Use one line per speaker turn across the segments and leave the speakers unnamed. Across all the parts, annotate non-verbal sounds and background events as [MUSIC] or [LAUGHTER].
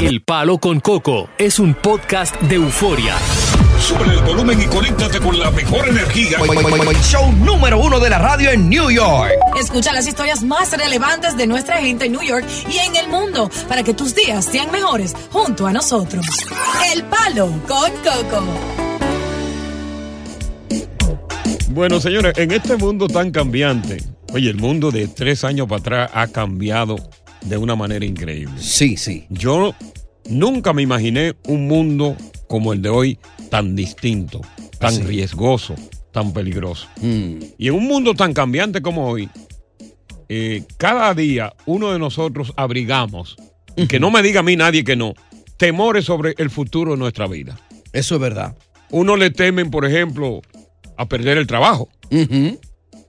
El Palo con Coco es un podcast de euforia.
Sube el volumen y conéctate con la mejor energía.
Show número uno de la radio en New York.
Escucha las historias más relevantes de nuestra gente en New York y en el mundo para que tus días sean mejores junto a nosotros. El Palo con Coco.
Bueno, señores, en este mundo tan cambiante, oye, el mundo de tres años para atrás ha cambiado de una manera increíble.
Sí, sí.
Yo nunca me imaginé un mundo como el de hoy tan distinto, tan
Así.
riesgoso, tan peligroso. Y en un mundo tan cambiante como hoy, eh, cada día uno de nosotros abrigamos, y que no me diga a mí nadie que no, temores sobre el futuro de nuestra vida.
Eso es verdad.
Uno le temen, por ejemplo, a perder el trabajo.
Ujú,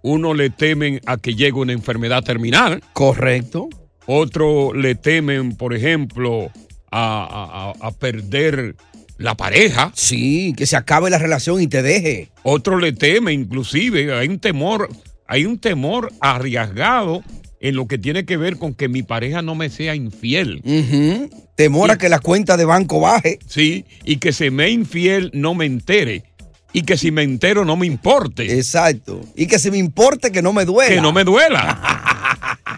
Uno le temen a que llegue una enfermedad terminal.
Correcto.
Otro le temen, por ejemplo, a, a- a- a perder la pareja.
Sí, que se acabe la relación y te deje.
Otro le teme, inclusive, hay un temor, hay un temor arriesgado en lo que tiene que ver con que mi pareja no me sea infiel.
Ujú. Temor a que la cuenta de banco baje.
Sí, y que se me infiel no me entere. Y que si me entero no me importe.
Exacto. Y que se me importe que no me duela.
Que no me duela.
[LAUGHS]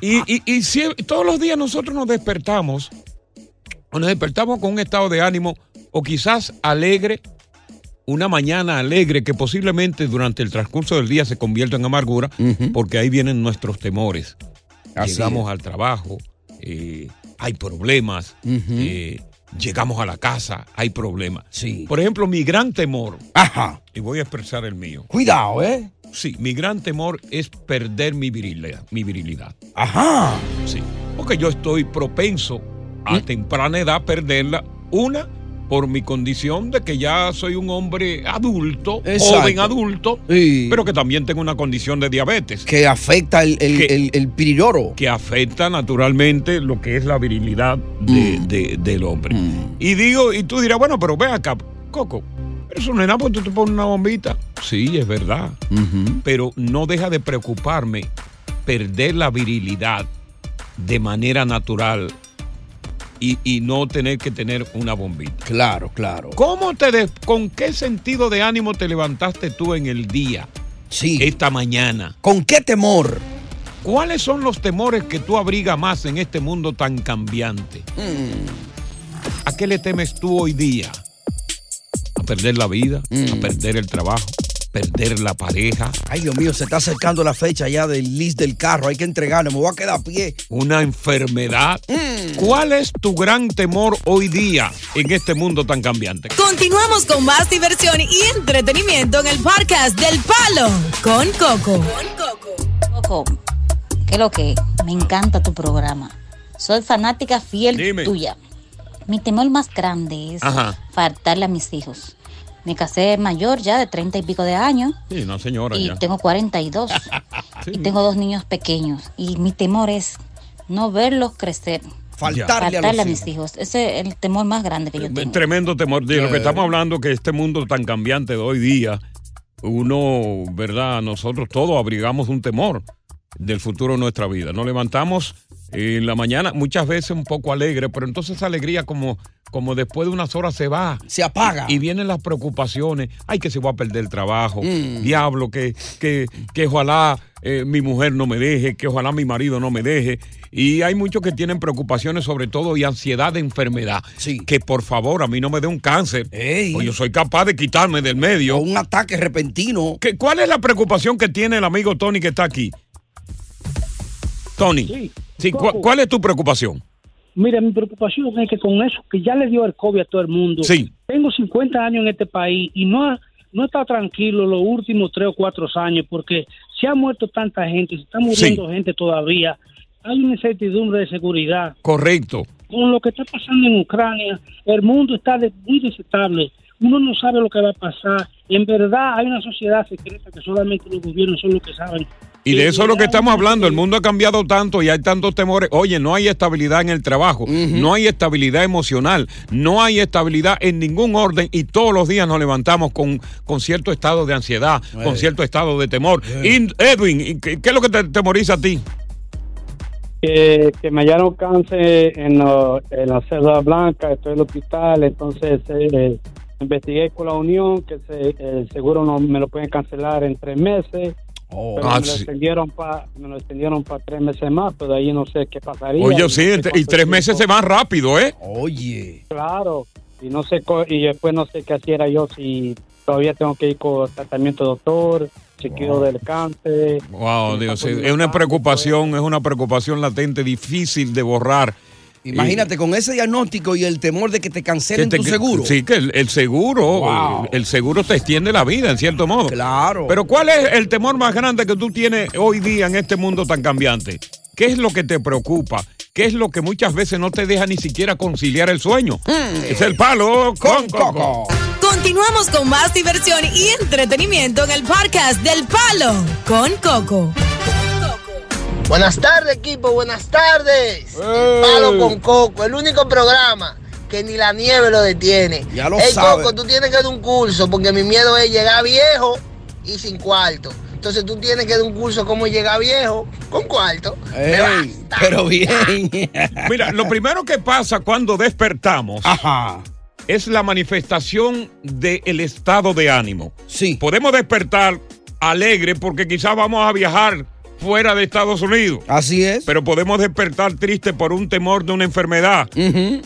y y- y sie- todos los días nosotros nos despertamos, o nos despertamos con un estado de ánimo, o quizás alegre, una mañana alegre que posiblemente durante el transcurso del día se convierta en amargura,
Ujú.
porque ahí vienen nuestros temores.
Así
llegamos al trabajo, eh, hay problemas,
Ujú.
eh, llegamos a la casa, hay problemas.
Sí.
Por ejemplo, mi gran temor,
Ajá.
y voy a expresar el mío,
Cuidado, ¿eh?
Sí, mi gran temor es perder mi virilidad. Mi virilidad
Ajá.
sí. Porque yo estoy propenso a
¿Mm?
temprana edad perderla. Una, por mi condición de que ya soy un hombre adulto,
Exacto.
joven adulto,
Sí.
pero que también tengo una condición de diabetes
Que afecta el, el,
Que-
el, el piriroro.
que afecta naturalmente lo que es la virilidad de- de- del hombre.
Mm.
Y digo, y tú dirás, bueno, pero ve acá, Coco, pero eso no es nada porque tú te pones una bombita. Sí, es verdad.
Ujú.
pero no deja de preocuparme perder la virilidad de manera natural y, y no tener que tener una bombita.
Claro, claro.
¿Cómo te des- ¿Con qué sentido de ánimo te levantaste tú en el día,
Sí.
esta mañana?
¿Con qué temor?
¿Cuáles son los temores que tú abrigas más en este mundo tan cambiante?
Mm.
¿A qué le temes tú hoy día? ¿A perder la vida?
Mm.
¿A perder el trabajo? ¿Perder la pareja?
Ay, Dios mío, se está acercando la fecha ya del list del carro. Hay que entregarlo. Me voy a quedar a pie.
una enfermedad. ¿Cuál es tu gran temor hoy día en este mundo tan cambiante?
Continuamos con más diversión y entretenimiento en el podcast del Palo con Coco.
Coco, ¿qué es lo que? Me encanta tu programa. Soy fanática fiel
Dime.
tuya. Mi temor más grande es
Ajá.
faltarle a mis hijos. Me casé mayor ya de 30 y pico de años
Sí, no, señora,
y
ya.
tengo 42.
[LAUGHS] Sí.
y tengo dos niños pequeños y mi temor es no verlos crecer.
Faltarle
Faltarle
a
a
los
mis
hijos.
hijos. Ese es el temor más grande que yo
Eh,
tengo.
Tremendo temor. De lo que estamos hablando, que este mundo tan cambiante de hoy día, uno, ¿verdad? Nosotros todos abrigamos un temor del futuro de nuestra vida. Nos levantamos en la mañana, muchas veces un poco alegre, pero entonces esa alegría como, como después de unas horas se va.
Se apaga.
Y, y vienen las preocupaciones. Ay, que se va a perder el trabajo.
Mm.
Diablo, que, que, que ojalá eh, mi mujer no me deje, que ojalá mi marido no me deje. Y hay muchos que tienen preocupaciones sobre todo y ansiedad de enfermedad. Que por favor a mí no me dé un cáncer. O yo soy capaz de quitarme del medio.
un ataque repentino.
¿Cuál es la preocupación que tiene el amigo Tony que está aquí? Tony, sí, ¿cu-
Coco.
¿cuál es tu preocupación?
Mira, mi preocupación es que con eso que ya le dio el COVID a todo el mundo,
Sí.
tengo 50 años en este país y no ha, no está tranquilo los últimos tres o cuatro años porque se ha muerto tanta gente, se está muriendo gente todavía, hay una incertidumbre de seguridad.
Correcto.
Con lo que está pasando en Ucrania, el mundo está de- muy desestable, uno no sabe lo que va a pasar. En verdad hay una sociedad secreta que solamente los gobiernos son los que saben.
Y de eso es lo que estamos hablando. El mundo ha cambiado tanto y hay tantos temores. Oye, no hay estabilidad en el trabajo, no hay estabilidad emocional, no hay estabilidad en ningún orden y todos los días nos levantamos con, con cierto estado de ansiedad, con cierto estado de temor. Y, Edwin, ¿y ¿qué, qué es lo que te temoriza a ti?
que, que me hallaron cáncer en, lo- en la celda blanca, estoy en el hospital, entonces eh, investigué con la Unión que se- el seguro no me lo pueden cancelar en tres meses. pero
Ah,
me, lo
sí.
extendieron pa- me lo extendieron para tres meses más, pero de ahí no sé qué pasaría.
Oye,
Y
sí,
no sé
ent- y
cuánto
tres meses se
tiempo.
van rápido, ¿eh?
Oye.
Claro, y no sé co- y después no sé qué hiciera yo si todavía tengo que ir con tratamiento de doctor, chequeo del cáncer.
Wow, Dios, sí, es
¿eh?
una preocupación, es una preocupación latente, difícil de borrar.
Imagínate, con ese diagnóstico y el temor de que te cancelen
Que te-
tu seguro.
Sí, que el, el seguro, eh, el seguro te extiende la vida, en cierto modo.
Claro.
Pero ¿cuál es el temor más grande que tú tienes hoy día en este mundo tan cambiante? ¿Qué es lo que te preocupa? ¿Qué es lo que muchas veces no te deja ni siquiera conciliar el sueño?
Mm.
Es el palo con, coco.
Continuamos con más diversión y entretenimiento en el podcast del Palo con Coco.
Buenas tardes, equipo, buenas tardes. El Palo con Coco, el único programa que ni la nieve lo detiene.
Ya lo
Ey,
sabe.
Coco, tú tienes que dar un curso porque mi miedo es llegar viejo y sin cuarto. Entonces tú tienes que dar un curso como llegar viejo con cuarto. Me
Ey,
basta. Ah.
pero bien.
[LAUGHS] Mira, lo primero que pasa cuando despertamos es la manifestación del estado de ánimo.
Sí.
Podemos despertar alegre porque quizás vamos a viajar fuera de Estados Unidos.
Así es.
Pero podemos despertar triste por un temor de una enfermedad.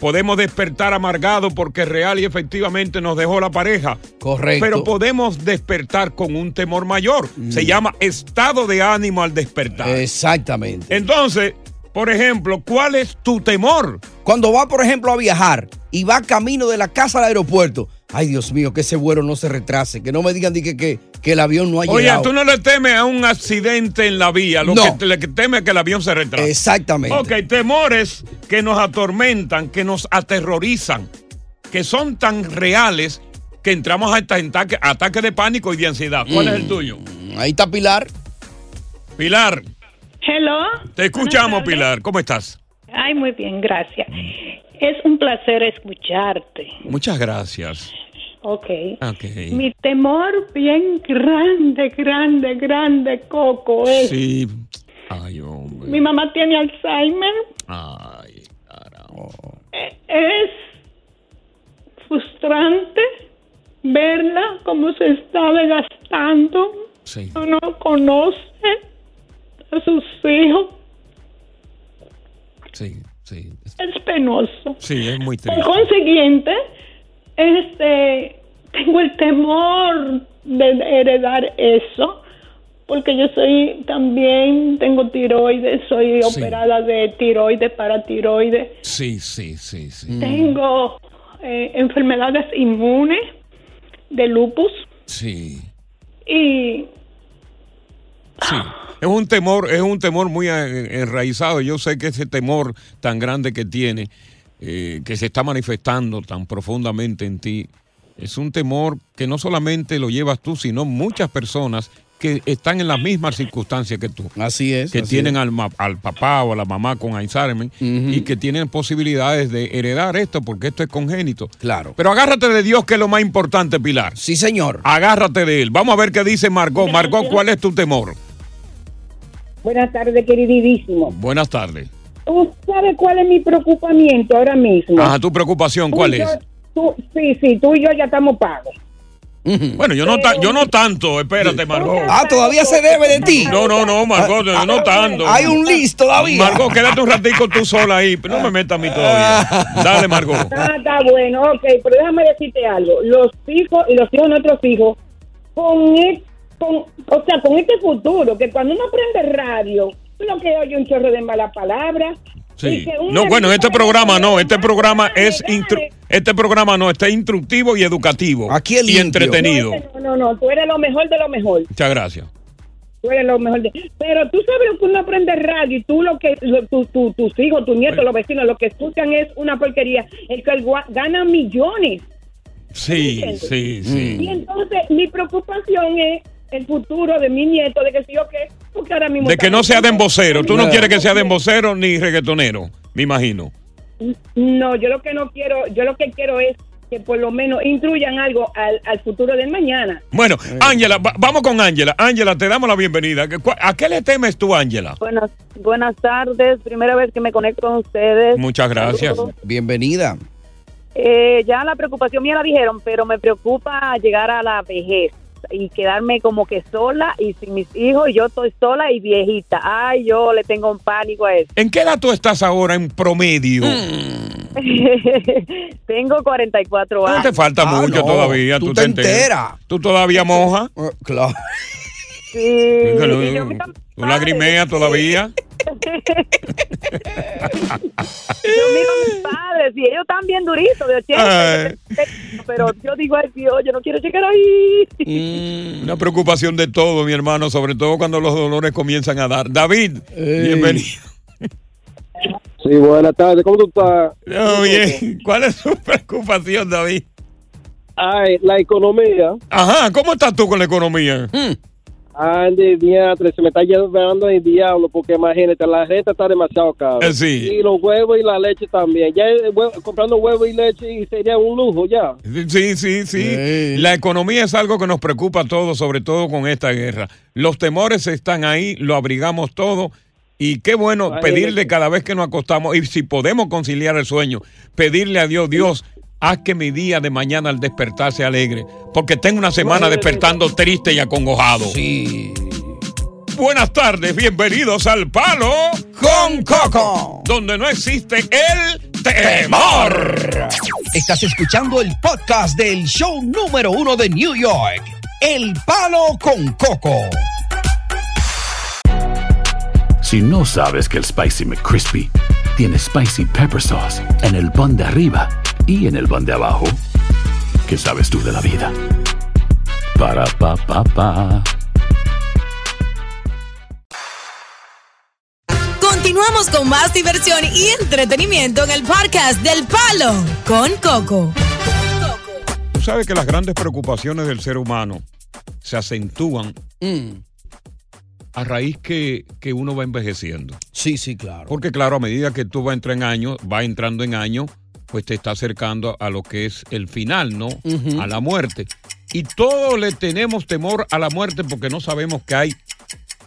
Podemos despertar amargado porque real y efectivamente nos dejó la pareja.
Correcto.
Pero podemos despertar con un temor mayor.
Mm.
Se llama estado de ánimo al despertar.
Exactamente.
Entonces, por ejemplo, ¿cuál es tu temor?
Cuando va, por ejemplo, a viajar y va camino de la casa al aeropuerto. Ay, Dios mío, que ese vuelo no se retrase. Que no me digan di que, que, que el avión no ha
Oye,
llegado.
tú no le temes a un accidente en la vía, lo
No.
que te- le que temes es que el avión se retrase.
Exactamente.
Ok, temores que nos atormentan, que nos aterrorizan, que son tan reales que entramos a esta- en ataque, ataque de pánico y de ansiedad. ¿Cuál
Mm.
es el tuyo?
Ahí está Pilar.
Pilar.
Hello.
Te escuchamos, Pilar. ¿Cómo estás?
Ay, muy bien, gracias. Es un placer escucharte.
Muchas gracias.
Ok.
Ok.
Mi temor bien grande, grande, grande, Coco, es...
Sí.
Mi mamá tiene Alzheimer. Ay, Es frustrante verla como se está desgastando.
Sí.
No conoce a sus hijos.
Sí, sí.
Es penoso.
Sí, es muy
Por
triste.
consiguiente, este, tengo el temor de heredar eso, porque yo soy también, tengo tiroides, soy
Sí.
operada de tiroides, para tiroides,
Sí, sí, sí, sí.
Mm.
tengo eh, enfermedades inmunes de lupus
Sí. [LAUGHS]
y
Sí. Es un temor, es un temor muy eh, enraizado. Yo sé que ese temor tan grande que tiene, eh, que se está manifestando tan profundamente en ti, es un temor que no solamente lo llevas tú, sino muchas personas que están en las mismas circunstancias que tú.
Así es.
Que
así
tienen
es.
al, ma- al papá o a la mamá con Alzheimer y que tienen posibilidades de heredar esto porque esto es congénito.
Claro.
Pero agárrate de Dios, que es lo más importante, Pilar.
Sí, señor.
Agárrate de él. Vamos a ver qué dice Margot. Margot, ¿cuál es tu temor?
Buenas tardes, queridísimo.
Buenas tardes.
¿Usted sabe cuál es mi preocupamiento ahora mismo?
Ajá, tu preocupación, Ah, ¿cuál
Tú y yo-
es?
tú- sí, sí, tú y yo ya estamos
[LAUGHS]
pagos.
Bueno, yo no, ta- yo no tanto, espérate, Margot.
Ah, todavía se debe de ti. Ah,
No, no, no, Margot, yo no tanto.
Hay un list todavía.
Margot, quédate un ratico tú sola ahí. No me metas a mí todavía. Dale, Margot.
Ah, está bueno, ok, pero déjame decirte algo. Los hijos y los hijos de nuestros hijos, con, e- con, o sea, con este futuro, que cuando uno prende radio, uno que oye un chorro de malas palabras. y
Sí.
que uno
No, bueno, este
empieza a-
programa no, este programa es intru- este programa no, está instructivo y educativo. Aquí y entretenido.
No, este no, no, tú eres lo mejor de lo mejor.
Muchas gracias.
Tú eres lo mejor. de- Pero tú sabes lo que uno aprende radio y tú lo que lo- tu- tu- tus hijos, tus nietos, los vecinos, lo que escuchan es una porquería. El que gua- gana millones.
Sí, sí,
Y
sí.
entonces mi preocupación es el futuro de mi nieto, de que si yo qué, porque ahora
Mm.
mismo...
De que no sea de embocero. Tú no
No.
quieres que sea de embocero ni reggaetonero, me imagino.
No, yo lo que no quiero, yo lo que quiero es que por lo menos incluyan algo al, al futuro del mañana.
Bueno, Ángela, va- vamos con Ángela. Ángela, te damos la bienvenida. ¿Qué- cua- ¿A qué le temes tú, Ángela?
Buenas, buenas tardes, primera vez que me conecto con ustedes.
Muchas gracias.
Bienvenida.
Eh, ya la preocupación mía la dijeron, pero me preocupa llegar a la vejez y quedarme como que sola y sin mis hijos. y Yo estoy sola y viejita. Ay, yo le tengo un pánico a eso. [LAUGHS]
¿En qué edad tú estás ahora en promedio?
tengo 44
Ah, No
años.
te falta mucho todavía. Tú, te enteras. Eh, ¿Tú todavía moja?
claro.
Sí.
Dígalo, ¿Tú [LAUGHS] lagrimeas todavía?
[LAUGHS] Yo miro a mis padres y ellos están bien duritos de 80,
Ay.
pero yo digo, ay Dios, yo no quiero llegar ahí. [LAUGHS]
Una preocupación de todo, mi hermano, sobre todo cuando los dolores comienzan a dar. David, bienvenido.
Sí, buenas tardes. ¿Cómo tú estás?
Oh, bien. [LAUGHS] ¿Cuál es tu preocupación, David?
Ay, la economía.
Ajá, ¿cómo estás tú con la economía?
Andy, diantre, se me está llevando el diablo porque imagínate, la renta está demasiado cara.
Eh, sí.
Y los huevos y la leche también. Ya eh, hue- comprando huevos y leche y sería un lujo ya.
Sí, sí, sí. La economía es algo que nos preocupa a todos, sobre todo con esta guerra. Los temores están ahí, lo abrigamos todo. Y qué bueno
Ay,
pedirle cada vez que nos acostamos, y si podemos conciliar el sueño, pedirle a Dios, Dios, haz que mi día de mañana al despertar sea alegre, porque tengo una semana despertando triste y acongojado. Sí. Buenas tardes, bienvenidos al Palo con Coco, donde no existe el temor.
Estás escuchando el podcast del show número uno de New York, El Palo con Coco.
Si no sabes que el Spicy McCrispy tiene Spicy Pepper Sauce en el pan de arriba y en el pan de abajo, ¿qué sabes tú de la vida? Para, pa, pa, pa.
Continuamos con más diversión y entretenimiento en el podcast del Palo con Coco.
Tú sabes que las grandes preocupaciones del ser humano se acentúan
Mm.
a raíz que, que uno va envejeciendo.
Sí, sí, claro.
Porque claro, a medida que tú vas entrando en años, va entrando en años, pues te está acercando a lo que es el final, ¿no?
Ujú.
A la muerte. Y todos le tenemos temor a la muerte porque no sabemos qué hay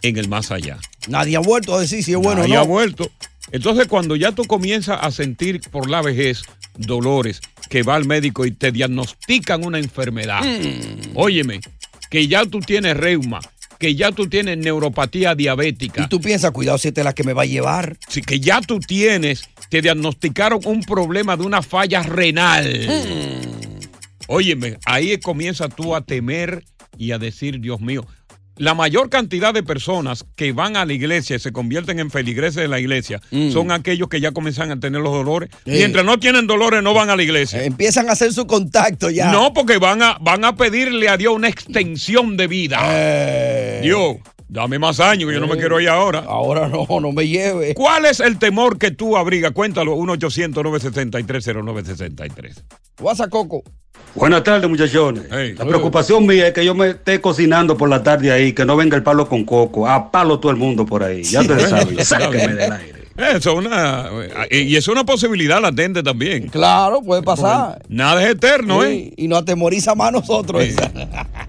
en el más allá.
Nadie ha vuelto a decir si es bueno o
Nadie ha
no.
vuelto. Entonces, cuando ya tú comienzas a sentir por la vejez dolores, que va al médico y te diagnostican una enfermedad, Ah. óyeme, que ya tú tienes reuma, que ya tú tienes neuropatía diabética.
Tú piensas, cuidado si esta es la que me va a llevar.
Sí, que ya tú tienes, te diagnosticaron un problema de una falla renal.
Mm.
Óyeme, ahí comienza tú a temer y a decir, Dios mío, la mayor cantidad de personas que van a la iglesia y se convierten en feligreses de la iglesia
Mm.
son aquellos que ya comienzan a tener los dolores.
Sí. Eh,
Mientras no tienen dolores, no van a la iglesia.
Empiezan a hacer su contacto ya.
No, porque van a, van a pedirle a Dios una extensión de vida. Dios, dame más años, que yo no me quiero ir ahora.
Eh. Ahora no, no me lleve.
¿Cuál es el temor que tú abrigas? Cuéntalo, 1-800-963-0963.
WhatsApp Coco.
Buenas tardes, muchachones. la preocupación mía es que yo me esté cocinando por la tarde ahí, que no venga el palo con coco. A palo todo el mundo por ahí. Ya te
[LAUGHS]
sabes. Sáquenme del aire.
Eso es una, eh, y es una posibilidad latente también.
Claro, puede pasar.
Nada es eterno, ¿eh?
Y nos atemoriza más a nosotros. [LAUGHS] esa.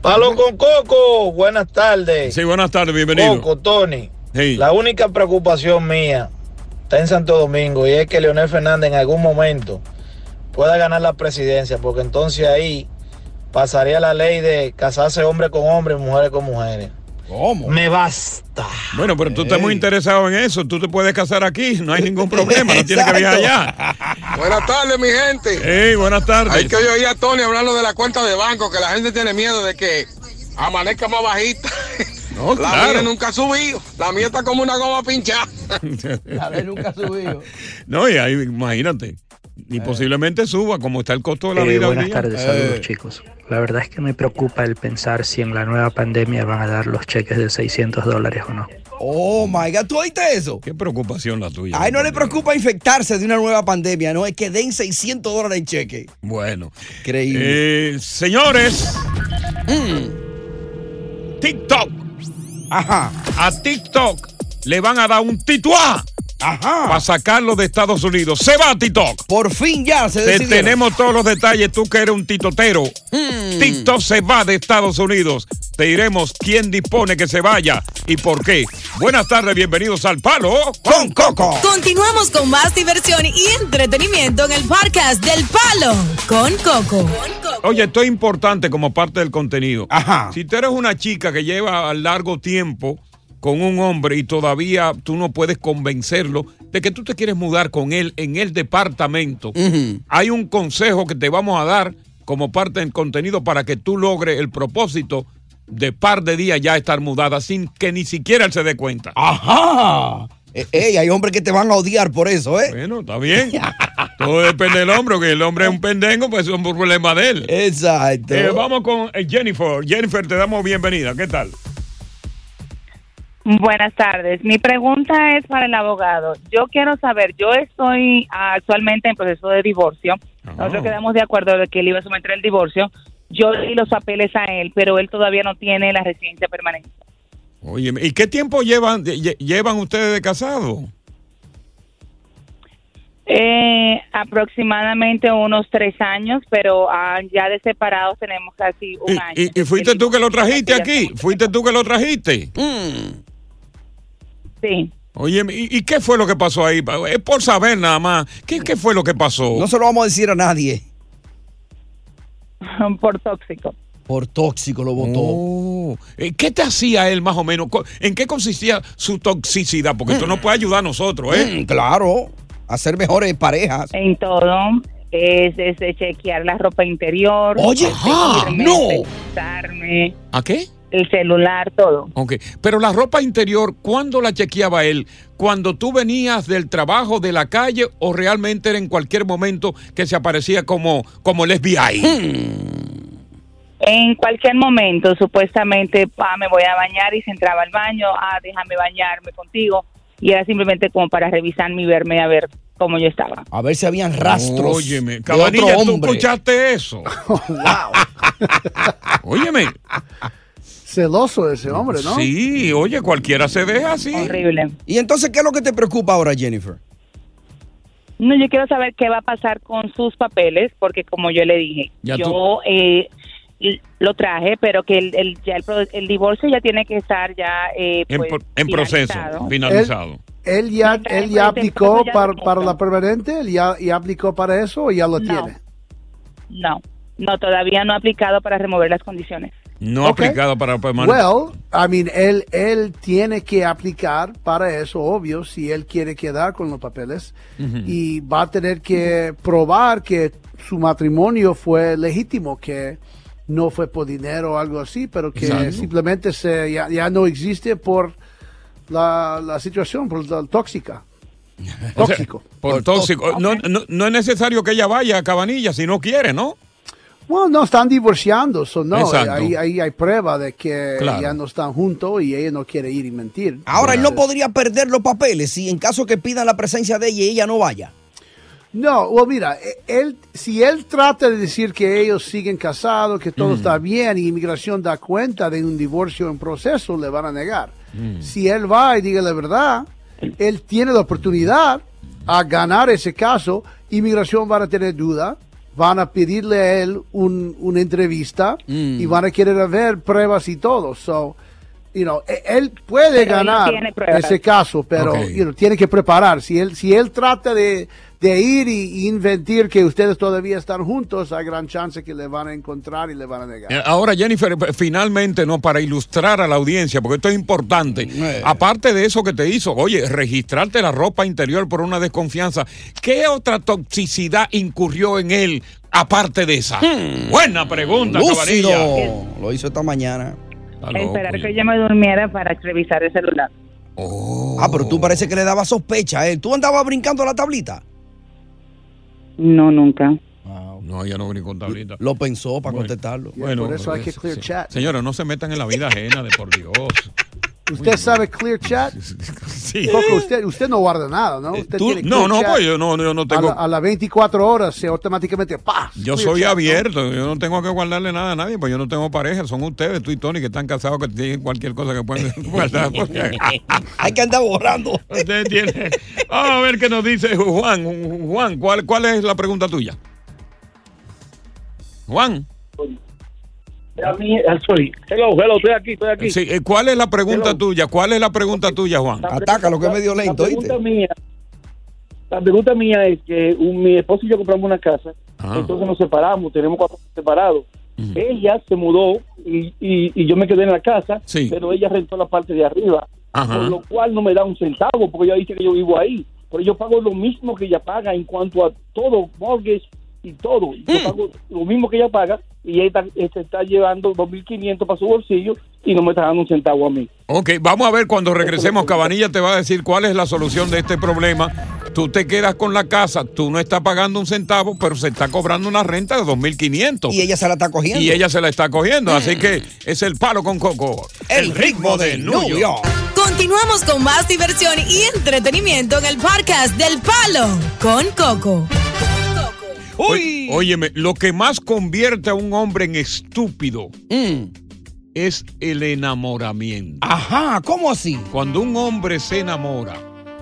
Palo con Coco, buenas tardes.
Sí, buenas tardes, bienvenido.
Coco, Tony.
Sí.
La única preocupación mía
está en Santo Domingo y es que Leonel Fernández en algún momento pueda ganar la presidencia, porque entonces ahí pasaría la ley de casarse hombre con hombre y mujeres con mujeres.
¿Cómo?
Me basta.
Bueno, pero tú estás muy interesado en eso. Tú te puedes casar aquí, no
[LAUGHS]
hay ningún problema, no tienes que viajar allá.
Buenas tardes, mi gente.
Hey, buenas tardes.
Hay que oír a Tony hablando de la cuenta de banco, que la gente tiene miedo de que amanezca más bajita.
[LAUGHS] No,
la
claro.
mía nunca ha subido. La mía
[LAUGHS]
está como una goma pinchada.
La de nunca ha subido. Eh.
No, y ahí, imagínate. Y posiblemente suba, como está el costo de la
Eh,
vida. hoy
buenas
día.
tardes,
Eh,
saludos chicos. La verdad es que me preocupa el pensar si en la nueva pandemia van a dar los cheques de 600 dólares o no.
Oh my God, ¿tú oíste eso?
Qué preocupación la tuya.
Ay, no le preocupa infectarse de una nueva pandemia, no, es que den 600 dólares en cheque.
Bueno.
Increíble.
Eh, señores. TikTok.
Mm. Ajá.
A TikTok le van a dar un tituá.
Ajá.
Para sacarlo de Estados Unidos. Se va TikTok.
Por fin ya se
Te
decidieron.
tenemos todos los detalles. Tú que eres un titotero.
Mm.
Mm. TikTok se va de Estados Unidos. Te diremos quién dispone que se vaya y por qué. Buenas tardes, bienvenidos al Palo con Coco.
Continuamos con más diversión y entretenimiento en el podcast del Palo con Coco.
Oye, esto es importante como parte del contenido. Ajá. Si tú eres una chica que lleva largo tiempo con un hombre y todavía tú no puedes convencerlo de que tú te quieres mudar con él en el departamento, hay un consejo que te vamos a dar como parte del contenido para que tú logres el propósito de par de días ya estar mudada sin que ni siquiera él se dé cuenta.
Ajá. Eh, ey, hay hombres que te van a odiar por eso, ¿eh?
Ah. Bueno,
[LAUGHS]
está bien. Todo depende del hombre, que el hombre es un pendengo, pues es un problema de él.
Exacto.
Eh, vamos con eh, Jennifer. Jennifer, te damos bienvenida. ¿Qué tal?
Buenas tardes. Mi pregunta es para el abogado. Yo quiero saber, yo estoy ah, actualmente en proceso de divorcio. Nosotros quedamos de acuerdo de que él iba a someter el divorcio. Yo di los papeles a él, pero él todavía no tiene la residencia permanente.
Oye, ¿y qué tiempo llevan, lle- llevan ustedes de casado?
Eh, aproximadamente unos tres años, pero ah, ya de separados tenemos casi un año.
¿Y, y fuiste tú que lo trajiste aquí? ¿Fuiste tú que lo trajiste?
Sí.
Oye, ¿y, y qué fue lo que pasó ahí? Pa- Es por saber nada más. ¿Qué, qué fue lo que pasó?
No se lo vamos a decir a nadie.
[LAUGHS] Por tóxico.
Por tóxico lo votó.
Eh, ¿Qué te hacía él más o menos? Co- ¿En qué consistía su toxicidad? Porque tú no puedes ayudar a nosotros, ¿eh?
Mm, claro, hacer mejores parejas.
En todo es desde chequear la ropa interior.
Oye, ajá,
vestirme,
no.
pensarme,
¿A qué?
el celular, todo.
Ok, pero la ropa interior, ¿cuándo la chequeaba él? ¿Cuando tú venías del trabajo, de la calle o realmente era en cualquier momento que se aparecía como, como el FBI?
Mm,
En cualquier momento, supuestamente, pa, me voy a bañar y se entraba al baño, ah, déjame bañarme contigo. Y era simplemente como para revisarme y verme a ver cómo yo estaba.
A ver si habían rastros.
Óyeme,
de
Cabanilla,
otro
¿tú
hombre.
escuchaste eso? [LAUGHS] Óyeme.
Celoso ese hombre, ¿no?
Sí, oye, cualquiera se deja así.
Horrible.
¿Y entonces qué es lo que te preocupa ahora, Jennifer?
No, yo quiero saber qué va a pasar con sus papeles, porque como yo le dije,
Ya
yo eh, l- lo traje, pero que el, el- ya el, pro- el divorcio ya tiene que estar ya eh,
En,
pues,
pro- en proceso,
finalizado.
finalizado.
Él ya, él ya aplicó para, para la permanente, él ya, ya aplicó para eso o ya lo tiene.
No, no, todavía no ha aplicado para remover las condiciones.
No
Ok.
aplicado para permanente.
Well, I mean, él, él tiene que aplicar para eso, obvio, si él quiere quedar con los papeles.
Ujú.
Y va a tener que probar que su matrimonio fue legítimo, que no fue por dinero o algo así, pero que
Exacto.
simplemente se, ya, ya no existe por la, la situación, por la tóxica.
O sea, por tóxico. No, no- no es necesario que ella vaya a Cabanilla si no quiere, ¿no?
Bueno, no, están divorciando, so no,
Exacto.
ahí, ahí hay prueba de que
Claro.
ya no están juntos y ella no quiere ir y mentir.
Ahora, él
Entonces-
no podría perder los papeles si en caso que pidan la presencia de ella y ella no vaya.
No, well, mira, e- él, si él trata de decir que ellos siguen casados, que todo
Mm.
está bien y inmigración da cuenta de un divorcio en proceso, le van a negar.
Mm.
Si él va y diga la verdad, él tiene la oportunidad a ganar ese caso, inmigración van a tener duda, van a pedirle a él un- una entrevista y van a querer ver pruebas y todo. So, you know, e- él puede Pero él no ganar tiene pruebas. ese caso, pero
Ok.
you know, tiene que preparar. Si él, si él trata de, de ir y inventar que ustedes todavía están juntos, hay gran chance que le van a encontrar y le van a negar.
Eh, Ahora, Jennifer, p- finalmente, ¿no? Para ilustrar a la audiencia, porque esto es importante.
Mm, eh.
Aparte de eso que te hizo, oye, registrarte la ropa interior por una desconfianza, ¿qué otra toxicidad incurrió en él aparte de esa?
Hmm.
Buena pregunta, cabanilla.
Lúcido. Lo hizo esta mañana.
Esperar que yo me durmiera para revisar el celular.
Ah, pero tú parece que le daba sospecha a él. ¿Tú andabas brincando la tablita?
No, nunca.
No, ya no brincó tablita.
Lo pensó para contestarlo.
Bueno,
por eso hay que
sí,
clear
sí.
chat.
Señora, no se metan en la vida ajena, de por Dios.
¿Usted sabe clear chat?
[LAUGHS] Sí. Eh,
Coco, usted, usted no guarda nada, ¿no? Usted tiene
No,
clear
no,
chat.
pues yo no, yo no
A,
tengo.
la- a las 24 horas se automáticamente ¡pah!
Yo
clear
soy
chat, ¿no?
abierto, yo no tengo que guardarle nada a nadie, pues yo no tengo pareja, son ustedes, tú y Tony, que están casados, que tienen cualquier cosa que pueden [LAUGHS]
[LAUGHS]
guardar.
Hay que andar borrando.
Ustedes tienen- Vamos a ver qué nos dice Juan. Juan, ¿cuál, cuál es la pregunta tuya? Juan.
A mí, eh, sorry. Hello, hello, estoy aquí, estoy aquí.
Sí, eh, ¿Cuál es la pregunta tuya? ¿Cuál es la pregunta tuya, Juan?
Ataca, lo que es medio lento, la pregunta mía, La pregunta mía es que un- mi esposo y yo compramos una casa,
Ah.
entonces nos separamos, tenemos cuatro años separados. Ella se mudó y, y- y yo me quedé en la casa,
Sí.
pero ella rentó la parte de arriba,
Ajá.
por lo cual no me da un centavo, porque ella dice que yo vivo ahí. Pero yo pago lo mismo que ella paga en cuanto a todo, mortgage y todo. Yo pago lo mismo que ella paga y ella está, se está llevando 2.500 para su bolsillo y no me está dando un centavo a mí.
Ok, vamos a ver cuando regresemos. Cabanilla te va a decir cuál es la solución de este problema. Tú te quedas con la casa, tú no estás pagando un centavo, pero se está cobrando una renta de 2.500.
Y ella se la está cogiendo. Mm.
Y ella se la está cogiendo. Así que es el palo con coco. El ritmo de New York.
Continuamos con más diversión y entretenimiento en el podcast del Palo con Coco.
Oy- Óyeme, lo que más convierte a un hombre en estúpido
Mm.
es el enamoramiento.
Ajá, ¿cómo así? Ah.
Cuando un hombre se enamora,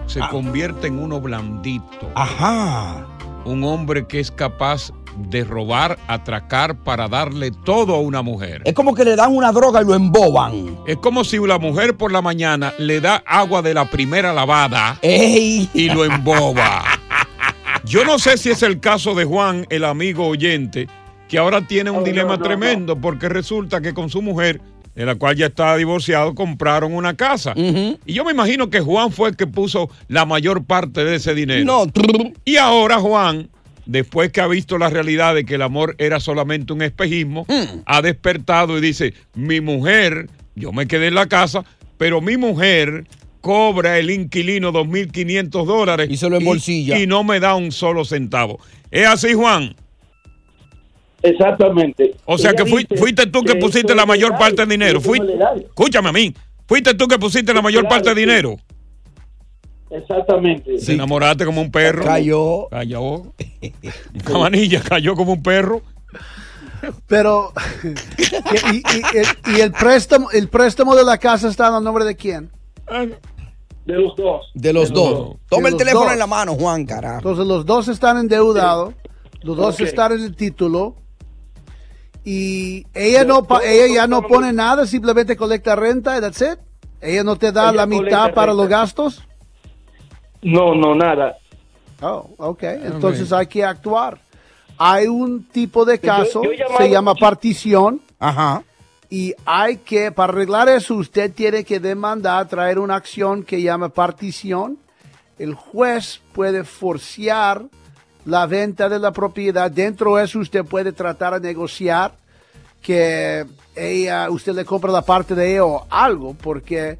se convierte en uno blandito.
Ajá.
Un hombre que es capaz de robar, atracar para darle todo a una mujer.
Es como que le dan una droga y lo emboban.
Es como si la mujer por la mañana le da agua de la primera lavada
Ey.
y lo emboba. Yo no sé si es el caso de Juan, el amigo oyente, que ahora tiene un dilema tremendo porque resulta que con su mujer, de la cual ya estaba divorciado, compraron una casa. Y yo me imagino que Juan fue el que puso la mayor parte de ese dinero. Y ahora Juan, después que ha visto la realidad de que el amor era solamente un espejismo, ha despertado y dice, mi mujer, yo me quedé en la casa, pero mi mujer cobra el inquilino 2.500 dólares. Y se lo
embolsilla.
Y, no me da un solo centavo. ¿Es así, Juan?
Exactamente.
O sea
Ella
que fui-
dice
fuiste tú que
que
pusiste
eso
la
es
mayor
legal,
parte del dinero.
que eso
Fui-
es legal.
escúchame a mí. Fuiste tú que pusiste la mayor
claro,
parte del
sí.
dinero.
Exactamente.
Te enamoraste como un perro.
Cayó.
Cayó. Cabanilla cayó como un perro.
Pero, [LAUGHS] y, y- y el, y el préstamo, el préstamo de la casa está a nombre de quién?
De los dos.
De los dos. Toma
De
el
los
teléfono
dos.
en la mano, Juan, carajo.
Entonces los dos están endeudados, los dos
Ok.
están en el título y ella no, pa- ella ya no pone nada, simplemente colecta renta y that's it. Ella no te da
Ella
la
colecta
mitad para
renta.
los gastos.
No, no, nada.
Oh, ok. Entonces hay que actuar. Hay un tipo de caso,
Yo- yo he llamado-
se llama partición.
Ajá.
Y hay que, para arreglar eso, usted tiene que demandar, traer una acción que llama partición. El juez puede forciar la venta de la propiedad. Dentro de eso, usted puede tratar a negociar que ella, usted le compra la parte de ella o algo, porque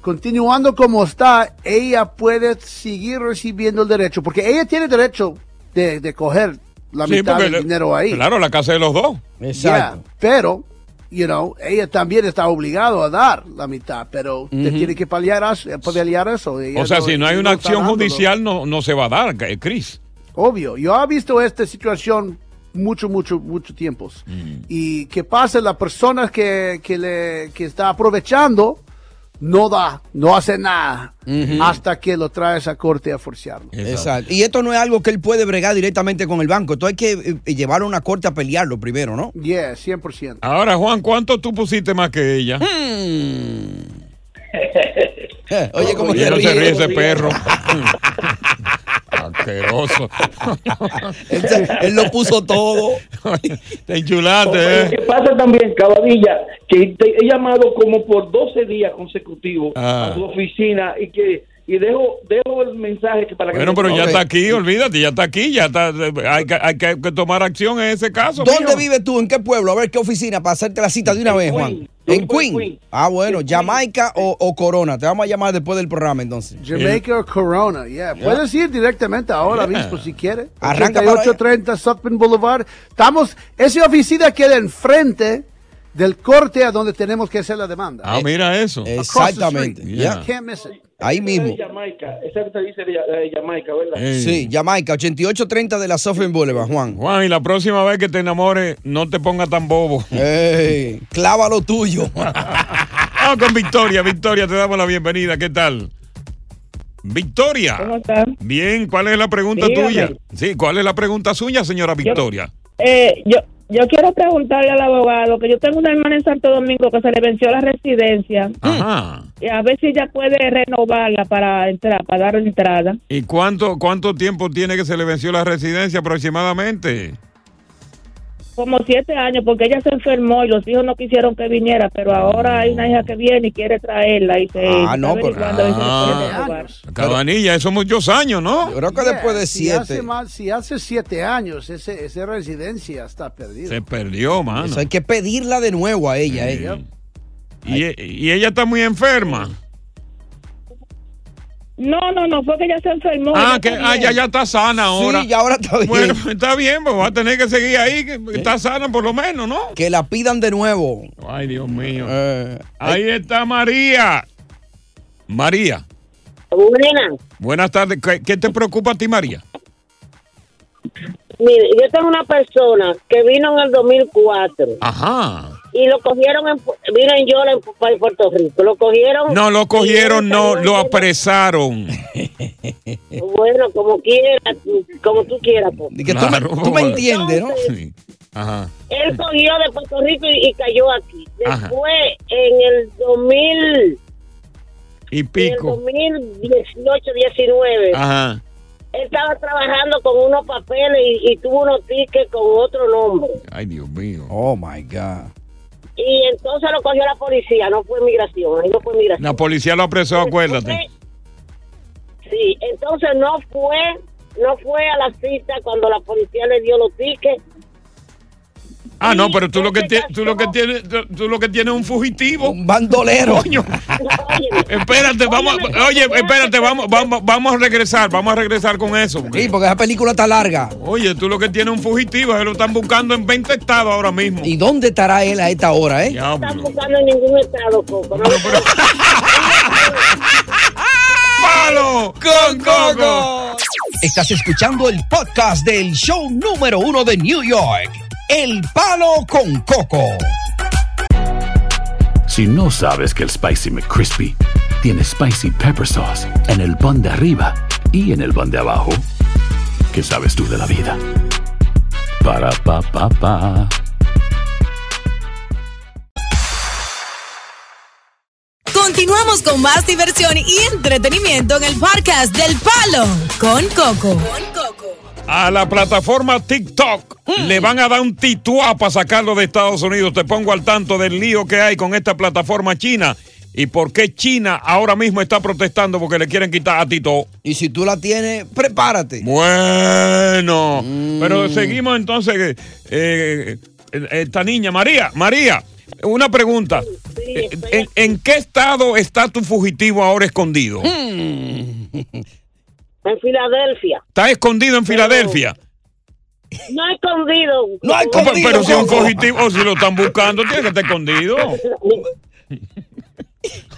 continuando como está, ella puede seguir recibiendo el derecho, porque ella tiene derecho de, de coger la
Sí,
mitad
porque
del
le-
dinero ahí.
Claro, la casa de los dos.
Yeah, pero, you know, ella también está obligado a dar la mitad, pero te
Ujú.
tiene que paliar, as- paliar eso. Ella
O sea, si no hay una
está
acción
dándolo.
judicial, no, no se va a dar, eh, Chris.
Obvio, yo he visto esta situación mucho, mucho, mucho tiempos.
Mm.
Y que pasa, las personas que, que, le, que está aprovechando no da, no hace nada hasta que lo traes a corte a forciarlo.
Exacto. Y esto no es algo que él puede bregar directamente con el banco. Esto hay que eh, llevarlo a una corte a pelearlo primero, ¿no? [LAUGHS]
Yeah, 100%.
Ahora, Juan, ¿cuánto tú pusiste más que ella?
Oye, ¿cómo
se
se
no
ríe?
se ríe ese perro? [LAUGHS] Asqueroso.
él, se- [LAUGHS] él lo puso todo.
[LAUGHS] Te enchulaste,
Lo que
¿eh?
pasa también, Cabadilla, que te- he llamado como por 12 días consecutivos
Ah.
a tu oficina y que y dejo, dejo el mensaje que para que...
Bueno, pero ya
Ok.
está aquí, olvídate, ya está aquí, ya está. Hay que, hay que tomar acción en ese caso.
¿Dónde
mijo.
vives tú? ¿En qué pueblo? A ver qué oficina para hacerte la cita de una vez, Juan. En Queen. Ah, bueno, Jamaica o, o Corona. Te vamos a llamar después del programa entonces.
Jamaica o Corona, yeah.
Yeah.
Puedes ir directamente ahora
Yeah.
mismo si quieres.
Arranca
8830 Suckman Boulevard. Estamos, esa oficina queda enfrente del corte a donde tenemos que hacer la demanda.
Ah, mira eso.
Across the street.
ya.
Can't miss it. Eh,
Ahí mismo.
De Jamaica, esa que te dice de, de Jamaica, ¿verdad?
Sí, Jamaica, 8830 de la Sofren Boulevard, Juan.
Juan, y la próxima vez que te enamores, no te pongas tan bobo.
Ey, clávalo
[LAUGHS]
tuyo.
Vamos Ah, con Victoria. Victoria, te damos la bienvenida. ¿Qué tal? Victoria.
¿Cómo están?
Bien, ¿cuál es la pregunta
Dígame.
tuya? Sí, ¿cuál es la pregunta suya, señora Victoria?
Eh, yo, yo quiero preguntarle al abogado que yo tengo una hermana en Santo Domingo que se le venció la residencia
Ajá.
y a ver si ella puede renovarla para entrar, para dar entrada.
¿Y cuánto, cuánto tiempo tiene que se le venció la residencia aproximadamente?
Como siete años, porque ella se enfermó y los hijos no quisieron que viniera, pero ahora hay una hija que viene y quiere traerla y se
Ah,
está
no, pero-
averiguando a ver si se
Ah.
puede renovar.
Cabanilla, eso muchos años, ¿no? Yo creo
Yeah, si Hace más- si hace siete años, ese, esa residencia está perdida.
Se perdió, mano.
Eso hay que pedirla de nuevo a ella. eh.
Y, y ella está muy enferma.
No, no, no, fue que ella se enfermó.
Ah,
ella
que
está
ah,
bien.
ya, ya está sana ahora.
Sí, ya ahora está bien. Eh.
Bueno, está bien, pues va a tener que seguir ahí. que Está sana por lo menos, ¿no?
Que la pidan de nuevo. Eh,
Ay, Dios mío. Ahí está María. María.
Buenas.
Buenas tardes. ¿Qué, qué te preocupa a ti, María?
Mire, yo tengo una persona que vino en el 2004
Ajá.
y lo cogieron, en, Pu- vino en Yola, en Pu- en Puerto Rico. Lo cogieron.
No, lo cogieron, no, lo apresaron.
Bueno, como quiera, tú- como tú quieras. pues. po.
Claro, bueno. Sí. Ajá.
Él cogió de Puerto Rico y, y cayó aquí.
Ajá.
Después, en el 2000,
Y pico.
en el 2018-19,
Ajá.
él estaba trabajando con unos papeles y, y tuvo unos tickets con otro nombre.
Ay, Dios mío.
Oh, my God.
Y entonces lo cogió la policía, no fue migración, ahí no fue migración.
La policía lo apresó, acuérdate.
Sí, entonces no fue, no fue a la cita cuando la policía le dio los tickets.
Ah, no, pero tú lo que, tie- tú lo que tienes tú, tú lo que tienes es un fugitivo. Un
bandolero.
Coño. espérate, vamos, a- oye, espérate, vamos, vamos, vamos a regresar, vamos a regresar con eso.
Sí, porque esa película está larga.
Oye, tú lo que tienes es un fugitivo, se lo están buscando en 20 estados ahora mismo.
¿Y dónde estará él a esta hora, eh?
Diablo.
No buscando en ningún estado, Coco. No,
¡Palo con Coco!
Estás escuchando el podcast del show número uno de New York, El Palo con Coco.
Si no sabes que el Spicy McCrispy tiene spicy pepper sauce en el pan de arriba y en el pan de abajo, ¿qué sabes tú de la vida? Para pa pa pa.
Continuamos con más diversión y entretenimiento en el podcast del Palo con Coco.
A la plataforma TikTok le
Mm.
van a dar un tituá para sacarlo de Estados Unidos. Te pongo al tanto del lío que hay con esta plataforma china y por qué China ahora mismo está protestando porque le quieren quitar a Tito.
Y si tú la tienes, prepárate. Mm.
Bueno, pero seguimos entonces. eh, eh, esta niña, María, María, una pregunta. Eh, ¿En, en qué estado está tu fugitivo ahora escondido?
[LAUGHS] en Filadelfia.
Está escondido en Filadelfia.
No he escondido.
Pero- Pero si es un fugitivo, o si lo están buscando, tiene que estar escondido.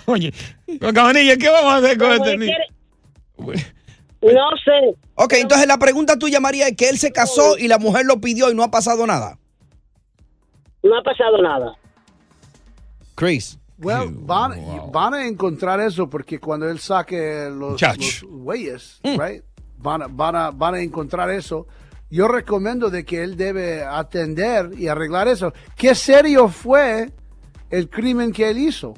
Oye, Cabanilla, ¿qué vamos a hacer con este niño?
No sé.
Ok, entonces la pregunta tuya, María, es que él se casó y la mujer lo pidió y no ha pasado nada.
No ha pasado nada.
Chris.
Well, van, van a encontrar eso porque cuando él saque los,
Chach.
los güeyes,
Mm.
right, van, a- van a, van a encontrar eso. Yo recomiendo de que él debe atender y arreglar eso. ¿Qué serio fue el crimen que él hizo?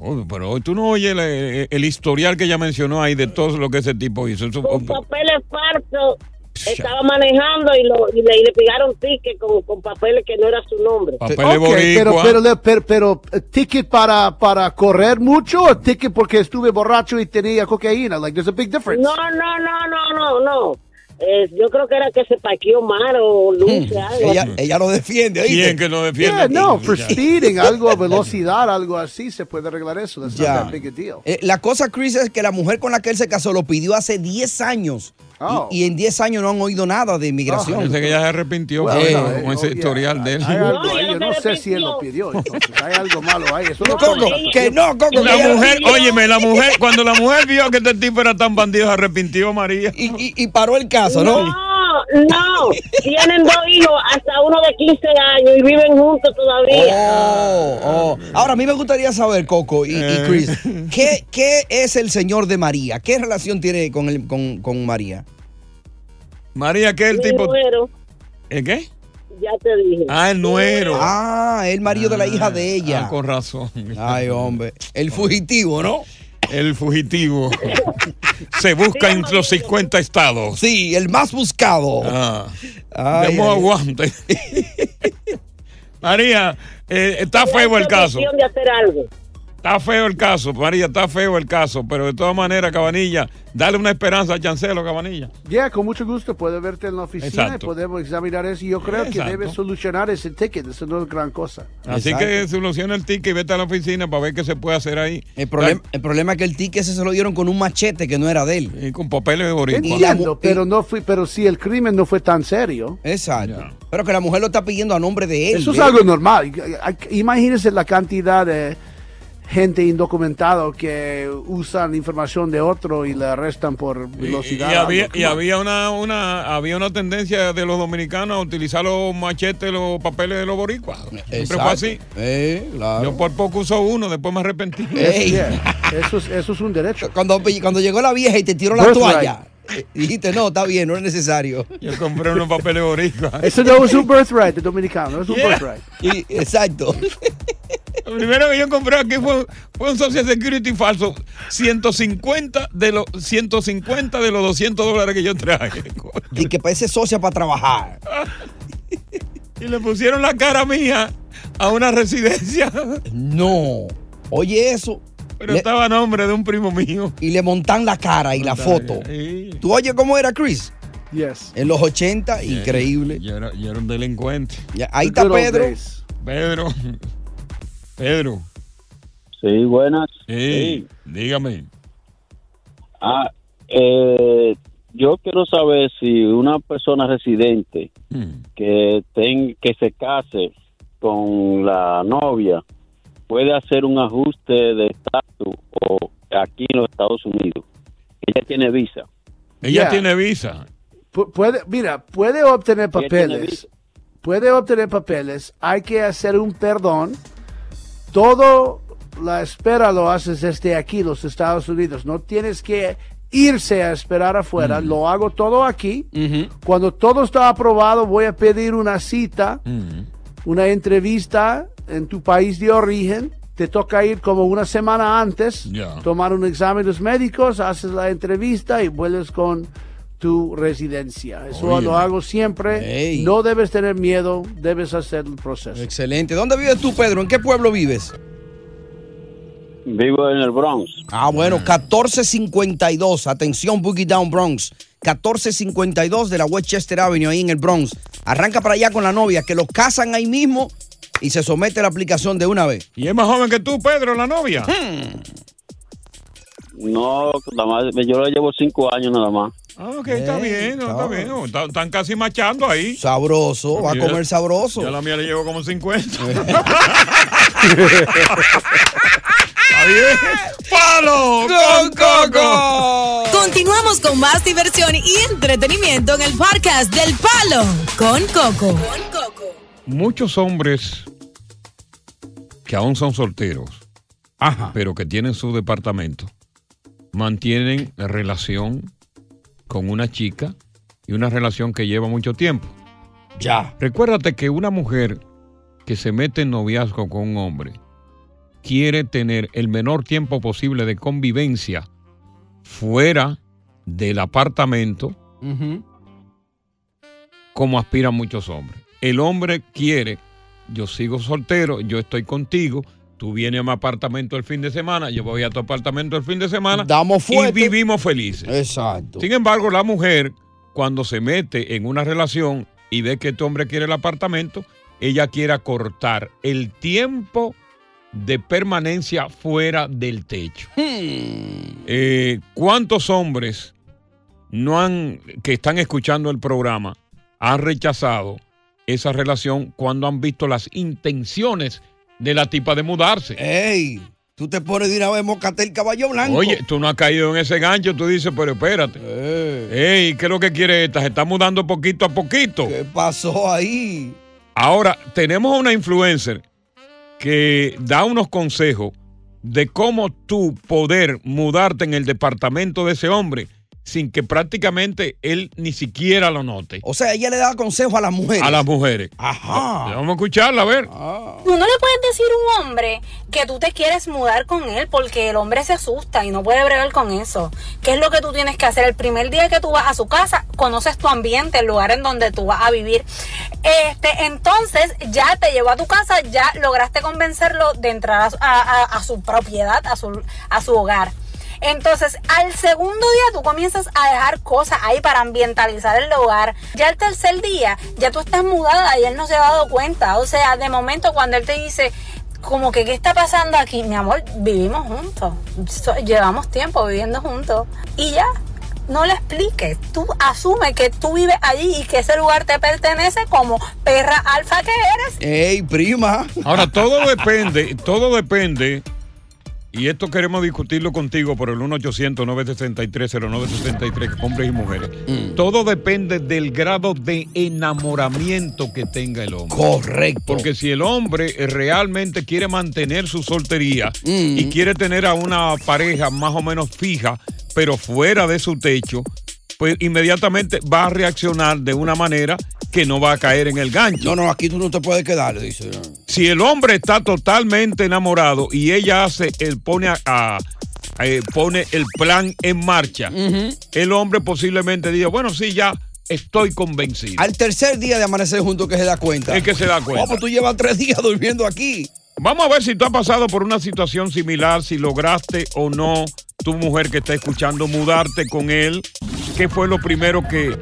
Oh, pero tú no oyes el, el- el historial que ya mencionó ahí de todo lo que ese tipo hizo. Eso-
papeles falsos. Estaba manejando y, lo, y, le, y le pegaron ticket con, con papeles que no era su nombre.
Papeles
Ok, pero,
boricua.
pero, le- pero, pero, eh, ticket para, para correr mucho o ticket porque estuve borracho y tenía cocaína. Like, there's a big difference.
No, no, no, no, no, no. Eh, yo creo que era que se paqueó mal o luce algo.
Ella, ella lo defiende. ¿oíste?
Hmm. ¿Quién que no defiende?
Yeah, no, for
[LAUGHS]
speeding, algo a velocidad, algo así, se puede arreglar eso. That's
Ya.
not that big a deal.
Eh, la cosa, Chris, es que la mujer con la que él se casó lo pidió hace 10 años. Y-
Oh.
Y, en 10 años no han oído nada de inmigración.
Parece que ya se arrepintió
Bueno,
con-
eh,
con ese
oh, yeah.
historial de él.
Hay algo ahí, yo no sé si él lo pidió. entonces, Hay algo malo ahí. Eso no
Coco,
puede-
que no, Coco.
La
que ya-
mujer, óyeme, la mujer, cuando la mujer vio que este tipo era tan bandido, se arrepintió María.
Y, paró el caso,
No, no. Tienen dos hijos, hasta uno de 15 años y viven juntos todavía.
Oh, oh. Ahora, a mí me gustaría saber, Coco y, y
Eh. [LAUGHS]
Chris, ¿qué, qué es el señor de María? ¿Qué relación tiene con, el- con, con María?
María, ¿qué es el
Mi
tipo?
nuero,
¿El qué?
ya te dije.
Ah, el nuero.
Ah, el marido de la hija de ella.
Ah, con razón.
Ay, hombre. El fugitivo, ¿no?
El fugitivo. Se busca en los 50 estados.
Sí, el más buscado.
Ah.
Ay,
Demos
ay.
aguante. María, eh, está feo el caso.
Intención de hacer algo.
Está feo el caso, María, está feo el caso. Pero de todas maneras, Cabanilla, dale una esperanza a Chancelo, Cabanilla.
Yeah, con mucho gusto puede verte en la oficina
Exacto.
y podemos examinar eso. Y Yo creo
Exacto.
que debe solucionar ese ticket. Eso no es gran cosa.
Así que soluciona el ticket y vete a la oficina para ver qué se puede hacer ahí.
El problema, el problema es que el ticket ese se lo dieron con un machete que no era de él.
Y con papeles de boricua.
Entiendo, pero no fui, pero si el crimen no fue tan serio.
Exacto. Pero que la mujer lo está pidiendo a nombre de él.
Eso es
¿eh?
algo normal. Imagínense la cantidad de gente indocumentada que usan información de otro y la arrestan por
Y, y
velocidad.
había,
algo.
y había una, una, había una tendencia de los dominicanos a utilizar los machetes, los papeles de los boricuas. Siempre fue
Exacto.
así.
Eh, claro.
Yo por poco uso uno, [LAUGHS] después me arrepentí.
[LAUGHS] Ey.
Eso, es, eso es un derecho.
Cuando, cuando llegó la vieja y te tiró la
Birthright.
toalla, eh, dijiste, no, está bien, no es necesario.
Yo compré unos papeles boricuas.
Eso no es un birthright de dominicano, es un
[LAUGHS] Yeah.
birthright.
Y- exacto.
Lo primero que yo compré aquí fue, fue un Social Security falso. 150 de los 150 de los 200 dólares que yo traje.
Y que parece socia para trabajar.
[LAUGHS] Y le pusieron la cara mía a una residencia.
[LAUGHS] No. Oye eso.
Pero estaba a nombre de un primo mío.
Y le montan la cara y la foto. ¿Tú oyes cómo era Chris?
Yes.
En los 80,
Yeah.
increíble.
Yo era, yo era un delincuente.
Ya, ahí está Pedro.
Pedro. Pedro.
Sí, buenas.
Sí, dígame.
Ah, eh, yo quiero saber si una persona residente
Mm.
que, ten- que se case con la novia puede hacer un ajuste de estatus o aquí en los Estados Unidos. Ella tiene visa.
Ella
Yeah.
tiene visa.
Pu- puede, mira, puede obtener
tiene
papeles. Puede obtener papeles. Hay que hacer un perdón. Todo la espera lo haces desde aquí, los Estados Unidos. No tienes que irse a esperar
Mm.
afuera. Lo hago todo aquí. Cuando todo está aprobado, voy a pedir una cita, una entrevista en tu país de origen. Te toca ir como una semana antes,
Ya.
tomar un examen de los médicos, haces la entrevista y vuelves con tu residencia. Eso
Oye.
lo hago siempre.
Ey.
No debes tener miedo, debes hacer el proceso.
Excelente. ¿Dónde vives tú, Pedro? ¿En qué pueblo vives?
Vivo en el Bronx.
Ah, bueno, 1452. Atención, Boogie Down Bronx. 1452 de la Westchester Avenue, ahí en el Bronx. Arranca para allá con la novia, que lo casan ahí mismo y se somete a la aplicación de una vez. Hmm.
¿Y es más joven que tú, Pedro, la novia?
No, nada más, yo la llevo cinco años nada más.
Ah, ok, está bien, no, está bien. no, está- están casi machando ahí.
Sabroso, va a comer sabroso.
Yo la mía le llevo como
[LAUGHS]
[LAUGHS] 50. Está bien. ¡Palo!
con
Coco!
Continuamos con más diversión y entretenimiento en el podcast del Palo con Coco.
Muchos hombres que aún son solteros pero que tienen su departamento, mantienen relación con una chica y una relación que lleva mucho tiempo.
Ya.
Recuérdate que una mujer que se mete en noviazgo con un hombre quiere tener el menor tiempo posible de convivencia fuera del apartamento como aspiran muchos hombres. El hombre quiere, yo sigo soltero, yo estoy contigo, tú vienes a mi apartamento el fin de semana, yo voy a tu apartamento el fin de semana.
Damos
y
fuerte.
vivimos felices.
[LAUGHS] Exacto.
Sin embargo, la mujer, cuando se mete en una relación y ve que este hombre quiere el apartamento, ella quiere acortar el tiempo de permanencia fuera del techo.
Hmm.
Eh, ¿Cuántos hombres no han, que están escuchando el programa han rechazado esa relación cuando han visto las intenciones de la tipa de mudarse?
¡Ey! Tú te pones de una vez mocate el caballo blanco.
Oye, tú no has caído en ese gancho, tú dices, pero espérate.
Eh.
Ey, ¿qué es lo que quiere esta? Se está mudando poquito a poquito. ¿Qué
pasó ahí?
Ahora, tenemos a una influencer que da unos consejos de cómo tú poder mudarte en el departamento de ese hombre sin que prácticamente él ni siquiera lo note.
O sea, ella le da consejo a las mujeres.
A las mujeres.
Ajá.
Vamos a escucharla, a ver.
Tú no le puedes decir a un hombre que tú te quieres mudar con él porque el hombre se asusta y no puede bregar con eso. ¿Qué es lo que tú tienes que hacer? El primer día que tú vas a su casa, conoces tu ambiente, el lugar en donde tú vas a vivir. Este, entonces ya te llevó a tu casa, ya lograste convencerlo de entrar a, a- a su propiedad, a su, a su hogar. Entonces, al segundo día tú comienzas a dejar cosas ahí para ambientalizar el hogar. Ya el tercer día, ya tú estás mudada y él no se ha dado cuenta. O sea, de momento cuando él te dice, como que, ¿qué está pasando aquí? Mi amor, vivimos juntos. So- Llevamos tiempo viviendo juntos. Y ya, no le expliques. Tú asume que tú vives allí y que ese lugar te pertenece como perra alfa que eres.
¡Ey, prima!
Ahora, todo depende, todo depende, y esto queremos discutirlo contigo por el 1 800 963 0963 hombres y mujeres.
Mm.
Todo depende del grado de enamoramiento que tenga el hombre.
Correcto.
Porque si el hombre realmente quiere mantener su soltería
Mm.
y quiere tener a una pareja más o menos fija, pero fuera de su techo, pues inmediatamente va a reaccionar de una manera que no va a caer en el gancho.
No, no, aquí tú no te puedes quedar, le dice.
Si el hombre está totalmente enamorado y ella hace, él pone a, a- eh, pone el plan en marcha, el hombre posiblemente diga, bueno, sí, ya estoy convencido.
Al tercer día de amanecer juntos que se da cuenta.
Es que se da cuenta.
Oh, pues tú llevas tres días durmiendo aquí.
Vamos a ver si tú has pasado por una situación similar, si lograste o no tu mujer que está escuchando mudarte con él. ¿Qué fue lo primero que,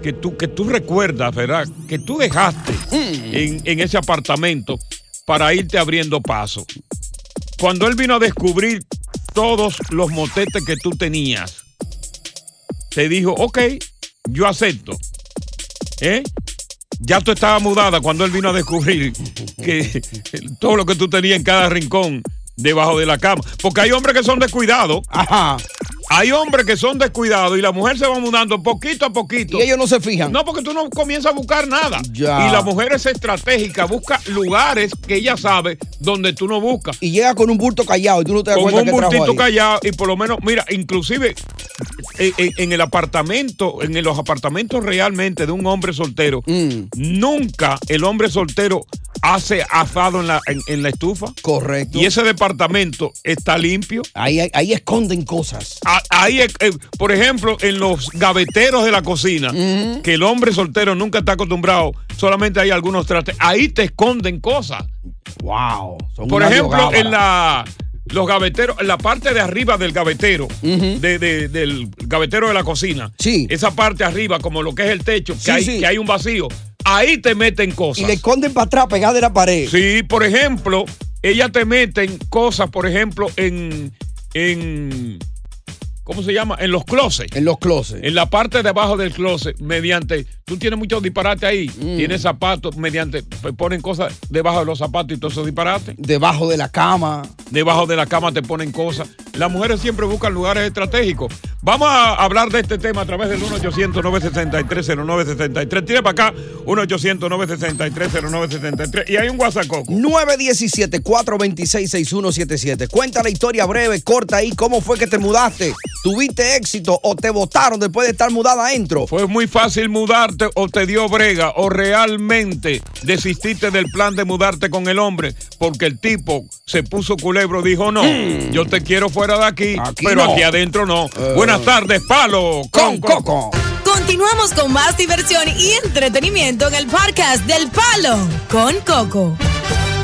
que, tú, que tú recuerdas, verdad? Que tú dejaste
Hmm.
en, en ese apartamento para irte abriendo paso. Cuando él vino a descubrir todos los motetes que tú tenías, te dijo, ok, yo acepto. ¿Eh? Ya tú estabas mudada cuando él vino a descubrir que todo lo que tú tenías en cada rincón debajo de la cama. Porque hay hombres que son descuidados.
Ajá.
Hay hombres que son descuidados y la mujer se va mudando poquito a poquito.
Y ellos no se fijan.
No, porque tú no comienzas a buscar nada.
Ya.
Y la mujer es estratégica, busca lugares que ella sabe donde tú no buscas.
Y llega con un bulto callado y tú no te das
Con
cuenta
un
que trajo
bultito
ahí.
callado y por lo menos, mira, inclusive en, en- en el apartamento, en los apartamentos realmente de un hombre soltero,
Mm.
nunca el hombre soltero hace asado en la, en, en la estufa.
Correcto.
Y ese departamento está limpio.
Ahí, ahí esconden cosas.
Ahí, es- eh, por ejemplo, en los gaveteros de la cocina,
Mm.
que el hombre soltero nunca está acostumbrado, solamente hay algunos trastes, ahí te esconden cosas.
Wow.
Por
una
ejemplo,
biogábara.
en la los gaveteros, en la parte de arriba del gavetero, de- de- del gavetero de la cocina. Esa parte arriba, como lo que es el techo, que, hay, que hay un vacío. Ahí te meten cosas.
Y le esconden para atrás, pegada de la pared.
Sí, por ejemplo, ellas te meten cosas, por ejemplo, en. en ¿Cómo se llama? En los closets.
En los closets.
En la parte de abajo del closet, mediante. Tú tienes muchos disparates ahí. Tienes zapatos, mediante. pues, Ponen cosas debajo de los zapatos y todos esos disparates.
Debajo de la cama.
Debajo de la cama te ponen cosas. Las mujeres siempre buscan lugares estratégicos. Vamos a hablar de este tema a través del 1-800-963-0963. Tira para acá, 1-800-963-0963. Y hay un WhatsApp, Coco.
917-426-6177. Cuenta la historia breve, corta ahí. ¿Cómo fue que te mudaste? ¿Tuviste éxito o te votaron después de estar mudada adentro?
Fue muy fácil mudarte o te dio brega o realmente desististe del plan de mudarte con el hombre porque el tipo se puso culebro, dijo no, yo te quiero fuera de Mm. aquí, pero
no.
aquí adentro no. Buenas tardes, palo con, coco.
Continuamos con más diversión y entretenimiento en el podcast del Palo con Coco.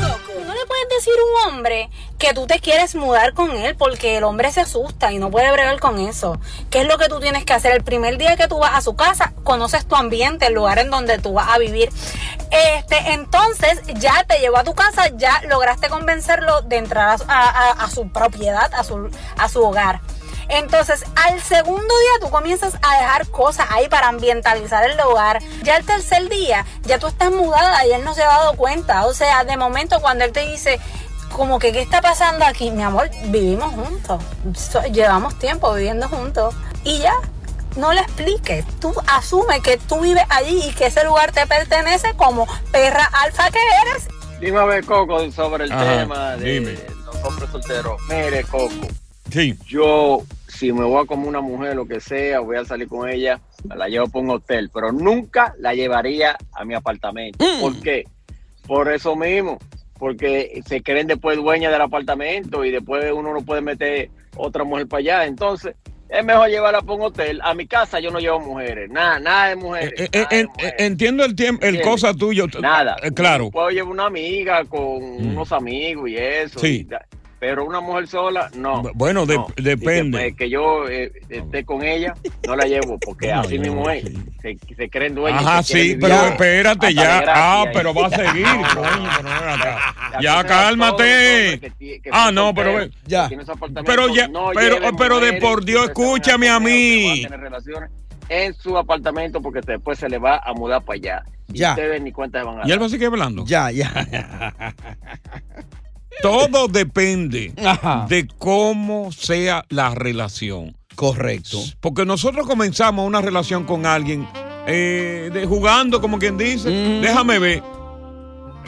No le puedes decir a un hombre que tú te quieres mudar con él porque el hombre se asusta y no puede bregar con eso. ¿Qué es lo que tú tienes que hacer? El primer día que tú vas a su casa, conoces tu ambiente, el lugar en donde tú vas a vivir. Este, entonces ya te llevó a tu casa, ya lograste convencerlo de entrar a, su- a- a- a su propiedad, a su, a su hogar. Entonces, al segundo día tú comienzas a dejar cosas ahí para ambientalizar el hogar. Ya el tercer día, ya tú estás mudada y él no se ha dado cuenta. O sea, de momento cuando él te dice, como que, ¿qué está pasando aquí? Mi amor, vivimos juntos. So- llevamos tiempo viviendo juntos. Y ya, no le expliques. Tú asume que tú vives allí y que ese lugar te pertenece como perra alfa que eres.
Dime a ver, Coco, sobre el
Ajá,
tema de
dime.
los hombres solteros. Mire, Coco,
Sí.
yo si me voy a comer una mujer, lo que sea, voy a salir con ella, me la llevo por un hotel, pero nunca la llevaría a mi apartamento.
Mm.
¿Por qué? Por eso mismo, porque se creen después dueña del apartamento y después uno no puede meter otra mujer para allá. Entonces, es mejor llevarla por un hotel. A mi casa yo no llevo mujeres, nada, nada de mujeres.
Eh, eh, en- entiendo el tiempo, el
Sí.
cosa tuyo. t-
Nada.
eh, claro. Mm.
Puedo llevar una amiga con unos amigos y eso.
Sí.
y da- pero una mujer sola, no.
Bu- bueno, de- eh,
No.
depende.
Y Que, pues, que yo eh, esté con ella, no la llevo, porque
No,
así
no,
mismo es. Se, se creen dueños.
Ajá,
se quieren
sí,
vivir
pero
hasta
espérate
la
ya.
gracia
Ah,
y-
pero va a seguir, coño, pero ven acá. Ya, cálmate. Ah, no, pero ve-
Ya.
Pero ya, pero, pero de por Dios, escúchame a mí.
tener relaciones en su apartamento porque después se le va a mudar para allá.
Ya.
Y ustedes ni cuenta se van a
Y
dar.
él va a seguir hablando.
Ya, ya.
[LAUGHS] Todo depende de cómo sea la relación.
Correcto.
Porque nosotros comenzamos una relación con alguien eh, de, jugando, como quien dice, déjame ver.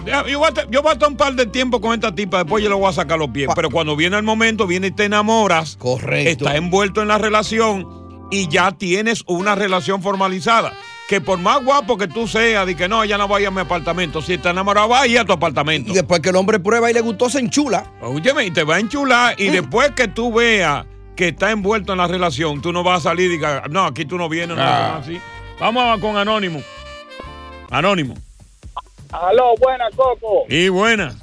Deja- Yo voy, a, estar- yo voy a estar un par de tiempo con esta tipa, después yo le voy a sacar los pies. Pero cuando viene el momento, viene y te enamoras.
Correcto.
Estás envuelto en la relación y ya tienes una relación formalizada. Que por más guapo que tú seas, de que no, ya no vaya a mi apartamento. Si estás enamorado, vaya a tu apartamento.
Y después que el hombre prueba y le gustó, se enchula.
Óyeme, y te va a enchular
[LAUGHS]
y después que tú veas que está envuelto en la relación, tú no vas a salir y digas, no, aquí tú no vienes, no,
Ah.
no, así. Vamos a- con Anónimo. Anónimo.
Aló, buena Coco.
Y buenas.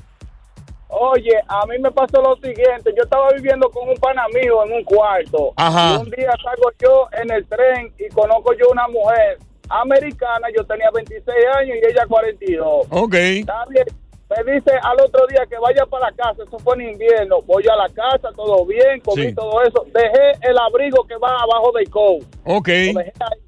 Oye, a mí me pasó lo siguiente. Yo estaba viviendo con un pana mío en un cuarto.
Ajá.
Y un día salgo yo en el tren y conozco yo una mujer americana. Yo tenía 26 años y ella 42.
Ok.
Está bien. Me dice al otro día que vaya para la casa. Eso fue en invierno. Voy a la casa, todo bien, comí
Sí.
todo eso. Dejé el abrigo que va abajo del coat.
Ok.
Lo
[LAUGHS]
dejé ahí.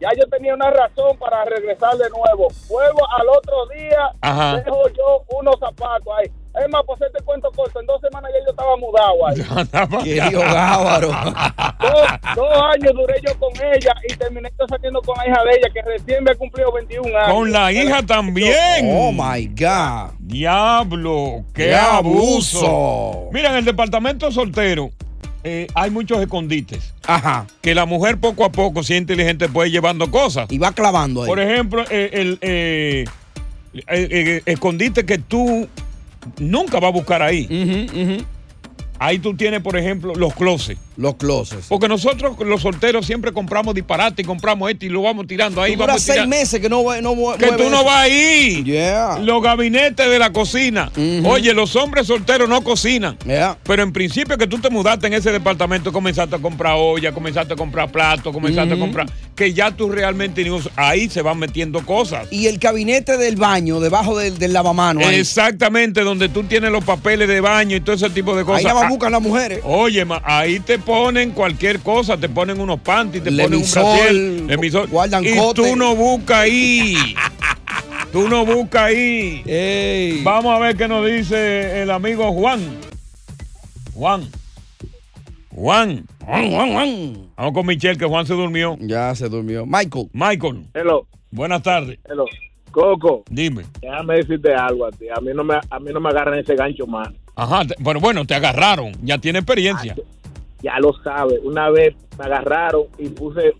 Ya yo tenía una razón para regresar de nuevo. Vuelvo al otro día,
Ajá.
dejo yo unos zapatos ahí. Es más, pues este cuento corto, en dos semanas ya yo estaba mudado
[LAUGHS]
ahí.
Querido Gábaro.
dos, dos años duré yo con ella y terminé yo saliendo con la hija de ella, que recién me ha cumplido 21 años.
Con la hija también.
Oh,
my God.
Diablo, qué,
Qué
abuso.
abuso.
Mira, en el departamento soltero eh, hay muchos escondites.
Ajá.
Que la mujer poco a poco, si es inteligente, puede ir llevando cosas.
Y va clavando ahí.
Por ejemplo, eh, el eh, eh, eh, escondite que tú nunca vas a buscar ahí. Ahí tú tienes, por ejemplo, los closets.
Los closets.
Porque nosotros, los solteros, siempre compramos disparate y compramos esto y lo vamos tirando ahí.
Tú duras
vamos
seis
tirando.
meses que no, va- no mue-
Que
mueve
tú no
eso.
vas ahí. Los gabinetes de la cocina. Oye, los hombres solteros no cocinan. Pero en principio que tú te mudaste en ese departamento, comenzaste a comprar olla, comenzaste a comprar platos, comenzaste
Ujú.
a comprar... Que ya tú realmente... ni usas. Ahí se van metiendo cosas.
Y el gabinete del baño, debajo del, del lavamano. ahí.
Exactamente, donde tú tienes los papeles de baño y todo ese tipo de cosas.
Ahí la
Ah,
buscan las mujeres.
Oye, ma, ahí te ponen cualquier cosa, te ponen unos panties, te
Levisol,
ponen un brasier, levisol,
guardan
y
cote.
tú no buscas
[LAUGHS]
ahí. tú no buscas ahí. Vamos a ver qué nos dice el amigo Juan. Juan. Juan. Juan, Juan, Juan. Vamos con Michelle, que Juan se durmió.
Ya se durmió. Michael.
Michael.
Hello.
Buenas tardes.
Hello. Coco.
Dime.
Déjame decirte algo a ti. A mí no me, a mí no me agarran ese gancho más.
Ajá, te- bueno, bueno, te agarraron. Ya tiene experiencia.
Ya lo sabes. Una vez me agarraron y puse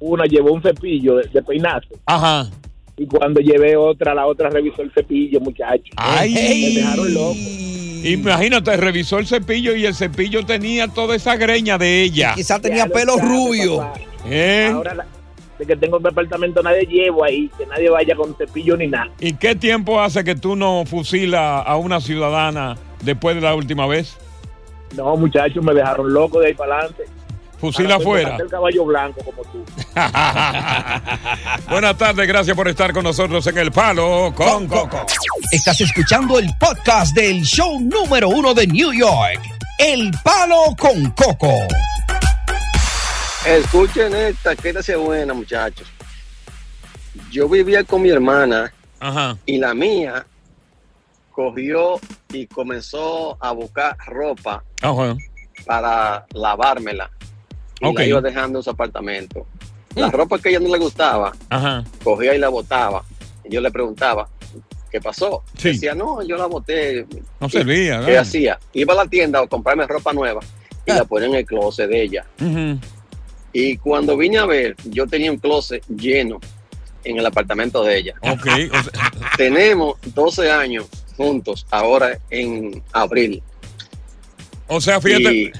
una, llevó un cepillo de, de peinarse.
Ajá.
Y cuando llevé otra, la otra revisó el cepillo, muchacho.
Ay.
Me dejaron loco.
Imagínate, revisó el cepillo y el cepillo tenía toda esa greña de ella.
Quizás
Ya lo sabes, papá.
¿Eh?
Ahora la- de que tengo el departamento nadie llevo ahí, que nadie vaya con cepillo ni nada.
¿Y qué tiempo hace que tú no fusilas a una ciudadana después de la última vez?
No, muchachos, me dejaron loco de ahí para adelante.
Fusila
Ahora soy
afuera.
bastante El caballo blanco como tú.
[LAUGHS] Buenas tardes, gracias por estar con nosotros en El Palo con Coco.
Estás escuchando el podcast del show número uno de New York, El Palo con Coco.
Escuchen esta, quédese buena, muchachos. Yo vivía con mi hermana y la mía cogió y comenzó a buscar ropa
Ajá.
para lavármela. Y
Ok. Mm.
la iba dejando en su apartamento. La ropa que a ella no le gustaba,
Ajá.
cogía y la botaba. Y yo le preguntaba, ¿qué pasó?
Sí.
Decía, no, yo la boté.
No servía,
¿Qué
¿verdad?
hacía? Iba a la tienda a comprarme ropa nueva y
Ah.
la ponía en el closet de ella.
Ujú.
Y cuando vine a ver, yo tenía un closet lleno en el apartamento de ella.
Ok. o sea,
[LAUGHS] Tenemos 12 años juntos ahora en abril.
O sea, fíjate.
Y,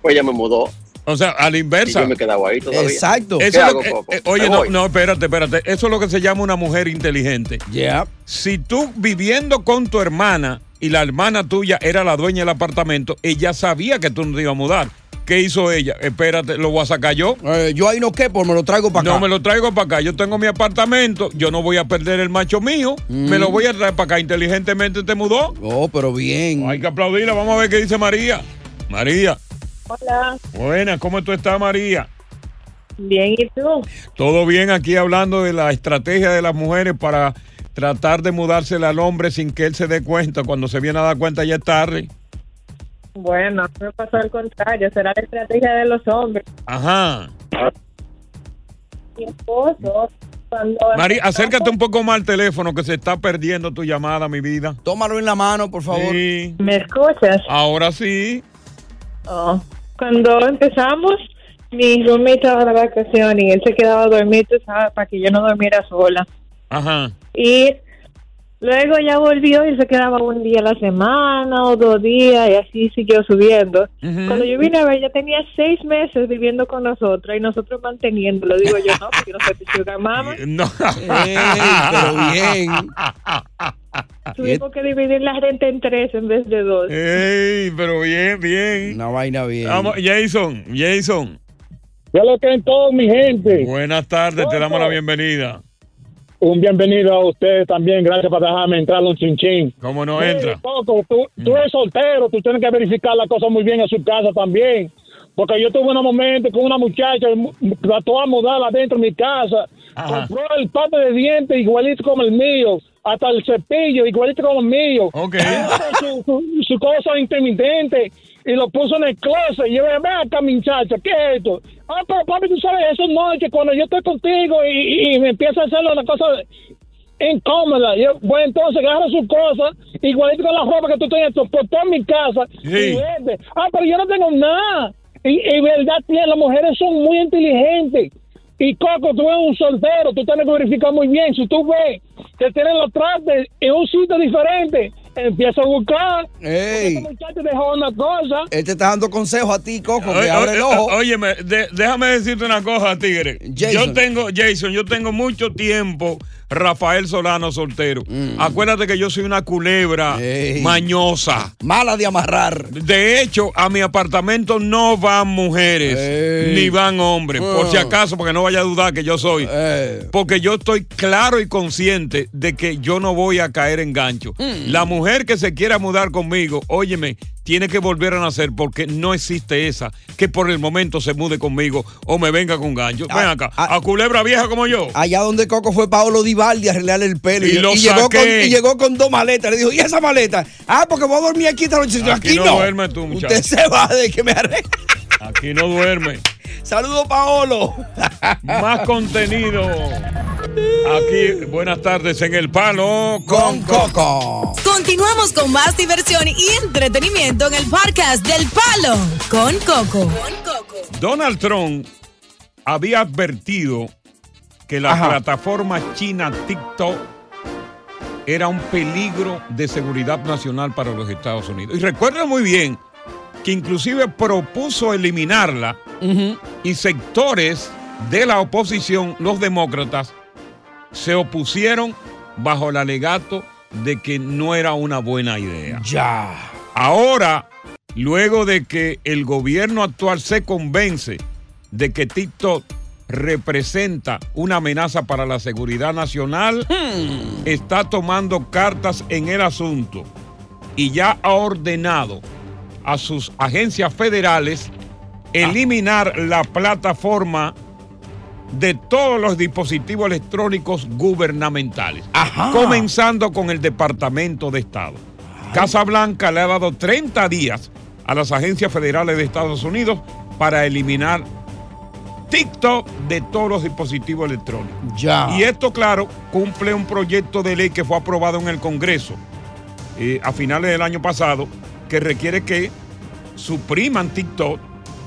pues ella me mudó.
O sea, a la inversa.
Y yo me quedaba ahí todavía. ¿Qué
Eso es lo
hago,
que-
Coco?
eh, oye,
¿Me
no,
voy?
no, espérate, espérate. Eso es lo que se llama una mujer inteligente.
Yeah.
Si tú viviendo con tu hermana y la hermana tuya era la dueña del apartamento, ella sabía que tú no te ibas a mudar. ¿Qué hizo ella? Espérate, lo voy a sacar yo.
Eh, yo ahí no quepo, me lo traigo para acá.
No, me lo traigo para acá. Yo tengo mi apartamento, yo no voy a perder el macho mío,
Mm.
me lo voy a traer para acá. Inteligentemente te mudó.
Oh, pero bien.
Hay que aplaudirla. Vamos a ver qué dice María. María,
Hola,
buena, ¿cómo tú estás, María?
bien, ¿y tú?
Todo bien aquí hablando de la estrategia de las mujeres para tratar de mudársela al hombre sin que él se dé cuenta. Cuando se viene a dar cuenta ya es tarde.
Bueno, a mí me pasó al contrario, será la estrategia de los hombres.
Ajá.
Mi esposo, cuando...
María, acércate un poco más al teléfono que se está perdiendo tu llamada, mi vida.
Tómalo en la mano, por favor.
Sí.
¿Me escuchas?
Ahora sí.
Oh, Cuando empezamos, mi roommate estaba de vacación y él se quedaba a dormir, tú sabes, para que yo no durmiera sola.
Ajá.
Y luego ya volvió y se quedaba un día a la semana o dos días y así siguió subiendo. Cuando yo vine a ver, ya tenía seis meses viviendo con nosotros y nosotros manteniéndolo. Digo yo, no, porque yo no soy tu sugar mama.
No.
pero
bien.
[LAUGHS]
Tuvimos que dividir la renta en tres en vez de dos.
Eh.
Ey, pero bien, bien.
Una vaina bien.
Vamos, Jason, Jason.
Yo lo que en todo, mi gente.
Buenas tardes, te damos la bienvenida.
Un bienvenido a ustedes también. Gracias por dejarme entrar un chinchín.
¿Cómo no
Sí,
entra?
Coco, tú, tú eres soltero, tú tienes que verificar las cosas muy bien en su casa también. Porque yo tuve un momento con una muchacha que mu- trató de mudarla dentro de mi casa.
Ajá.
Compró el pate de dientes igualito como el mío. Hasta el cepillo igualito como el mío. Hizo Su, su- su cosa intimidante y lo puso en el closet. Y yo, ven acá, muchacha, ¿qué es esto? Ah, pero papi, tú sabes, eso no, es que cuando yo estoy contigo y, y- y me empieza a hacer una cosa incómoda. Yo, bueno, entonces agarra su cosa, igualito con la ropa que tú tienes, tú por toda mi casa y
Sí.
vete. Ah, pero yo no tengo nada. Y, y verdad, tía, las mujeres son muy inteligentes. Y Coco, tú eres un soltero, tú tienes que verificar muy bien. Si tú ves que tienen los trastes en un sitio diferente, empieza a buscar.
Ey.
Porque este muchacho dejó una cosa.
Él te Este está dando consejos a ti, Coco, que
Oye,
abre el ojo.
óyeme, de- déjame decirte una cosa, Tigre. Yo tengo, Jason, yo tengo mucho tiempo Rafael Solano soltero.
Mm.
Acuérdate que yo soy una culebra mañosa.
Mala de amarrar.
De hecho, a mi apartamento no van mujeres, ni van hombres. Por
Ah.
si acaso, porque no vaya a dudar que yo soy.
Eh.
Porque yo estoy claro y consciente de que yo no voy a caer en gancho. La mujer que se quiera mudar conmigo, óyeme, tiene que volver a nacer porque no existe esa que por el momento se mude conmigo o me venga con gancho.
Ah,
Ven acá, a culebra vieja como yo.
Allá donde Coco fue Paolo Divaldi a arreglarle el pelo.
Y lo
llegó
saqué.
con, y llegó con dos maletas. Le dijo, ¿y esa maleta? Ah, porque voy a dormir aquí esta noche. Yo,
Aquí
Aquí,
no
no.
duerme tú, muchacho.
Usted se va de que me arregle.
Aquí no duerme.
[LAUGHS] Saludos, Paolo. [LAUGHS]
Más contenido. Aquí, buenas tardes en El Palo con
Coco.
Continuamos con más diversión y entretenimiento en el podcast del Palo con Coco.
Donald Trump había advertido que la
Ajá.
plataforma china TikTok era un peligro de seguridad nacional para los Estados Unidos. Y recuerda muy bien que inclusive propuso eliminarla y sectores de la oposición, los demócratas, se opusieron bajo el alegato de que no era una buena idea.
Ya.
Ahora, luego de que el gobierno actual se convence de que TikTok representa una amenaza para la seguridad nacional, está tomando cartas en el asunto y ya ha ordenado a sus agencias federales eliminar la plataforma de todos los dispositivos electrónicos gubernamentales, comenzando con el Departamento de Estado. Casa Blanca le ha dado 30 días a las agencias federales de Estados Unidos para eliminar TikTok de todos los dispositivos electrónicos.
Ya.
Y esto, claro, cumple un proyecto de ley que fue aprobado en el Congreso eh, a finales del año pasado, que requiere que supriman TikTok,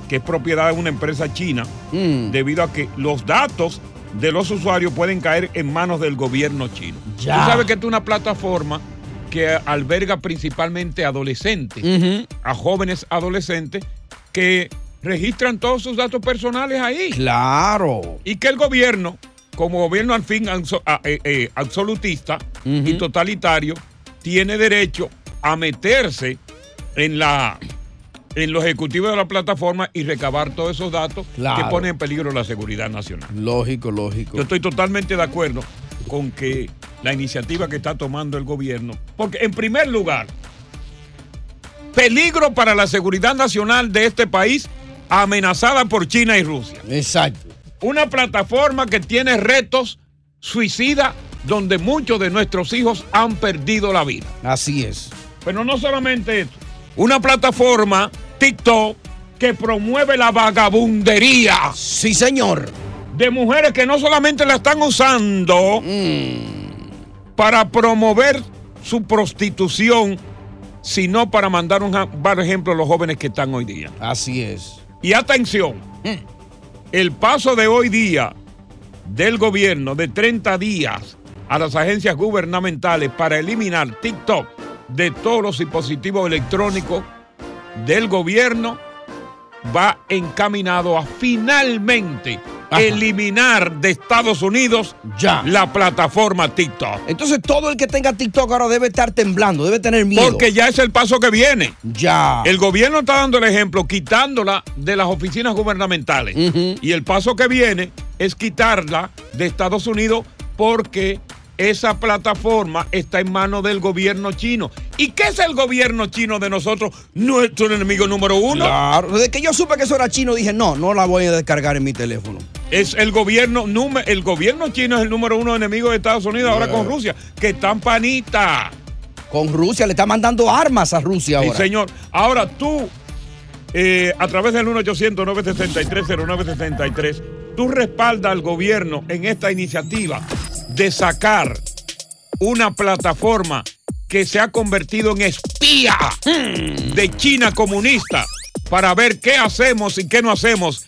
que es propiedad de una empresa china, debido a que los datos de los usuarios pueden caer en manos del gobierno chino.
Ya.
Tú sabes que esta es una plataforma que alberga principalmente adolescentes, a jóvenes adolescentes que registran todos sus datos personales ahí.
Claro.
Y que el gobierno, como gobierno al fin anso- a- eh, eh, absolutista y totalitario, tiene derecho a meterse en la en los ejecutivos de la plataforma y recabar todos esos datos
Claro.
que ponen en peligro la seguridad nacional.
Lógico, lógico.
Yo estoy totalmente de acuerdo con que la iniciativa que está tomando el gobierno, porque en primer lugar, peligro para la seguridad nacional de este país amenazada por China y Rusia.
Exacto.
Una plataforma que tiene retos suicida donde muchos de nuestros hijos han perdido la vida.
Así es.
Pero no solamente esto. Una plataforma, TikTok, que promueve la vagabundería.
Sí, señor.
De mujeres que no solamente la están usando
Mm.
para promover su prostitución, sino para mandar un ja- mal ejemplo a los jóvenes que están hoy día.
Así es. Mm.
Y atención, el paso de hoy día del gobierno de 30 días a las agencias gubernamentales para eliminar TikTok de todos los dispositivos electrónicos del gobierno va encaminado a finalmente eliminar de Estados Unidos la plataforma TikTok.
Entonces todo el que tenga TikTok ahora debe estar temblando, debe tener miedo.
Porque ya es el paso que viene.
Ya.
El gobierno está dando el ejemplo, quitándola de las oficinas gubernamentales. Y el paso que viene es quitarla de Estados Unidos porque esa plataforma está en manos del gobierno chino. ¿Y qué es el gobierno chino de nosotros? Nuestro enemigo número uno.
Claro. Desde que yo supe que eso era chino, dije, no, no la voy a descargar en mi teléfono.
Es el gobierno, nume- el gobierno chino es el número uno enemigo de Estados Unidos ahora con Rusia, que están panita.
Con Rusia, le está mandando armas a Rusia ahora.
Sí, señor. Ahora tú, eh, a través del 1-800-963-0963, tú respaldas al gobierno en esta iniciativa de sacar una plataforma que se ha convertido en espía de China comunista para ver qué hacemos y qué no hacemos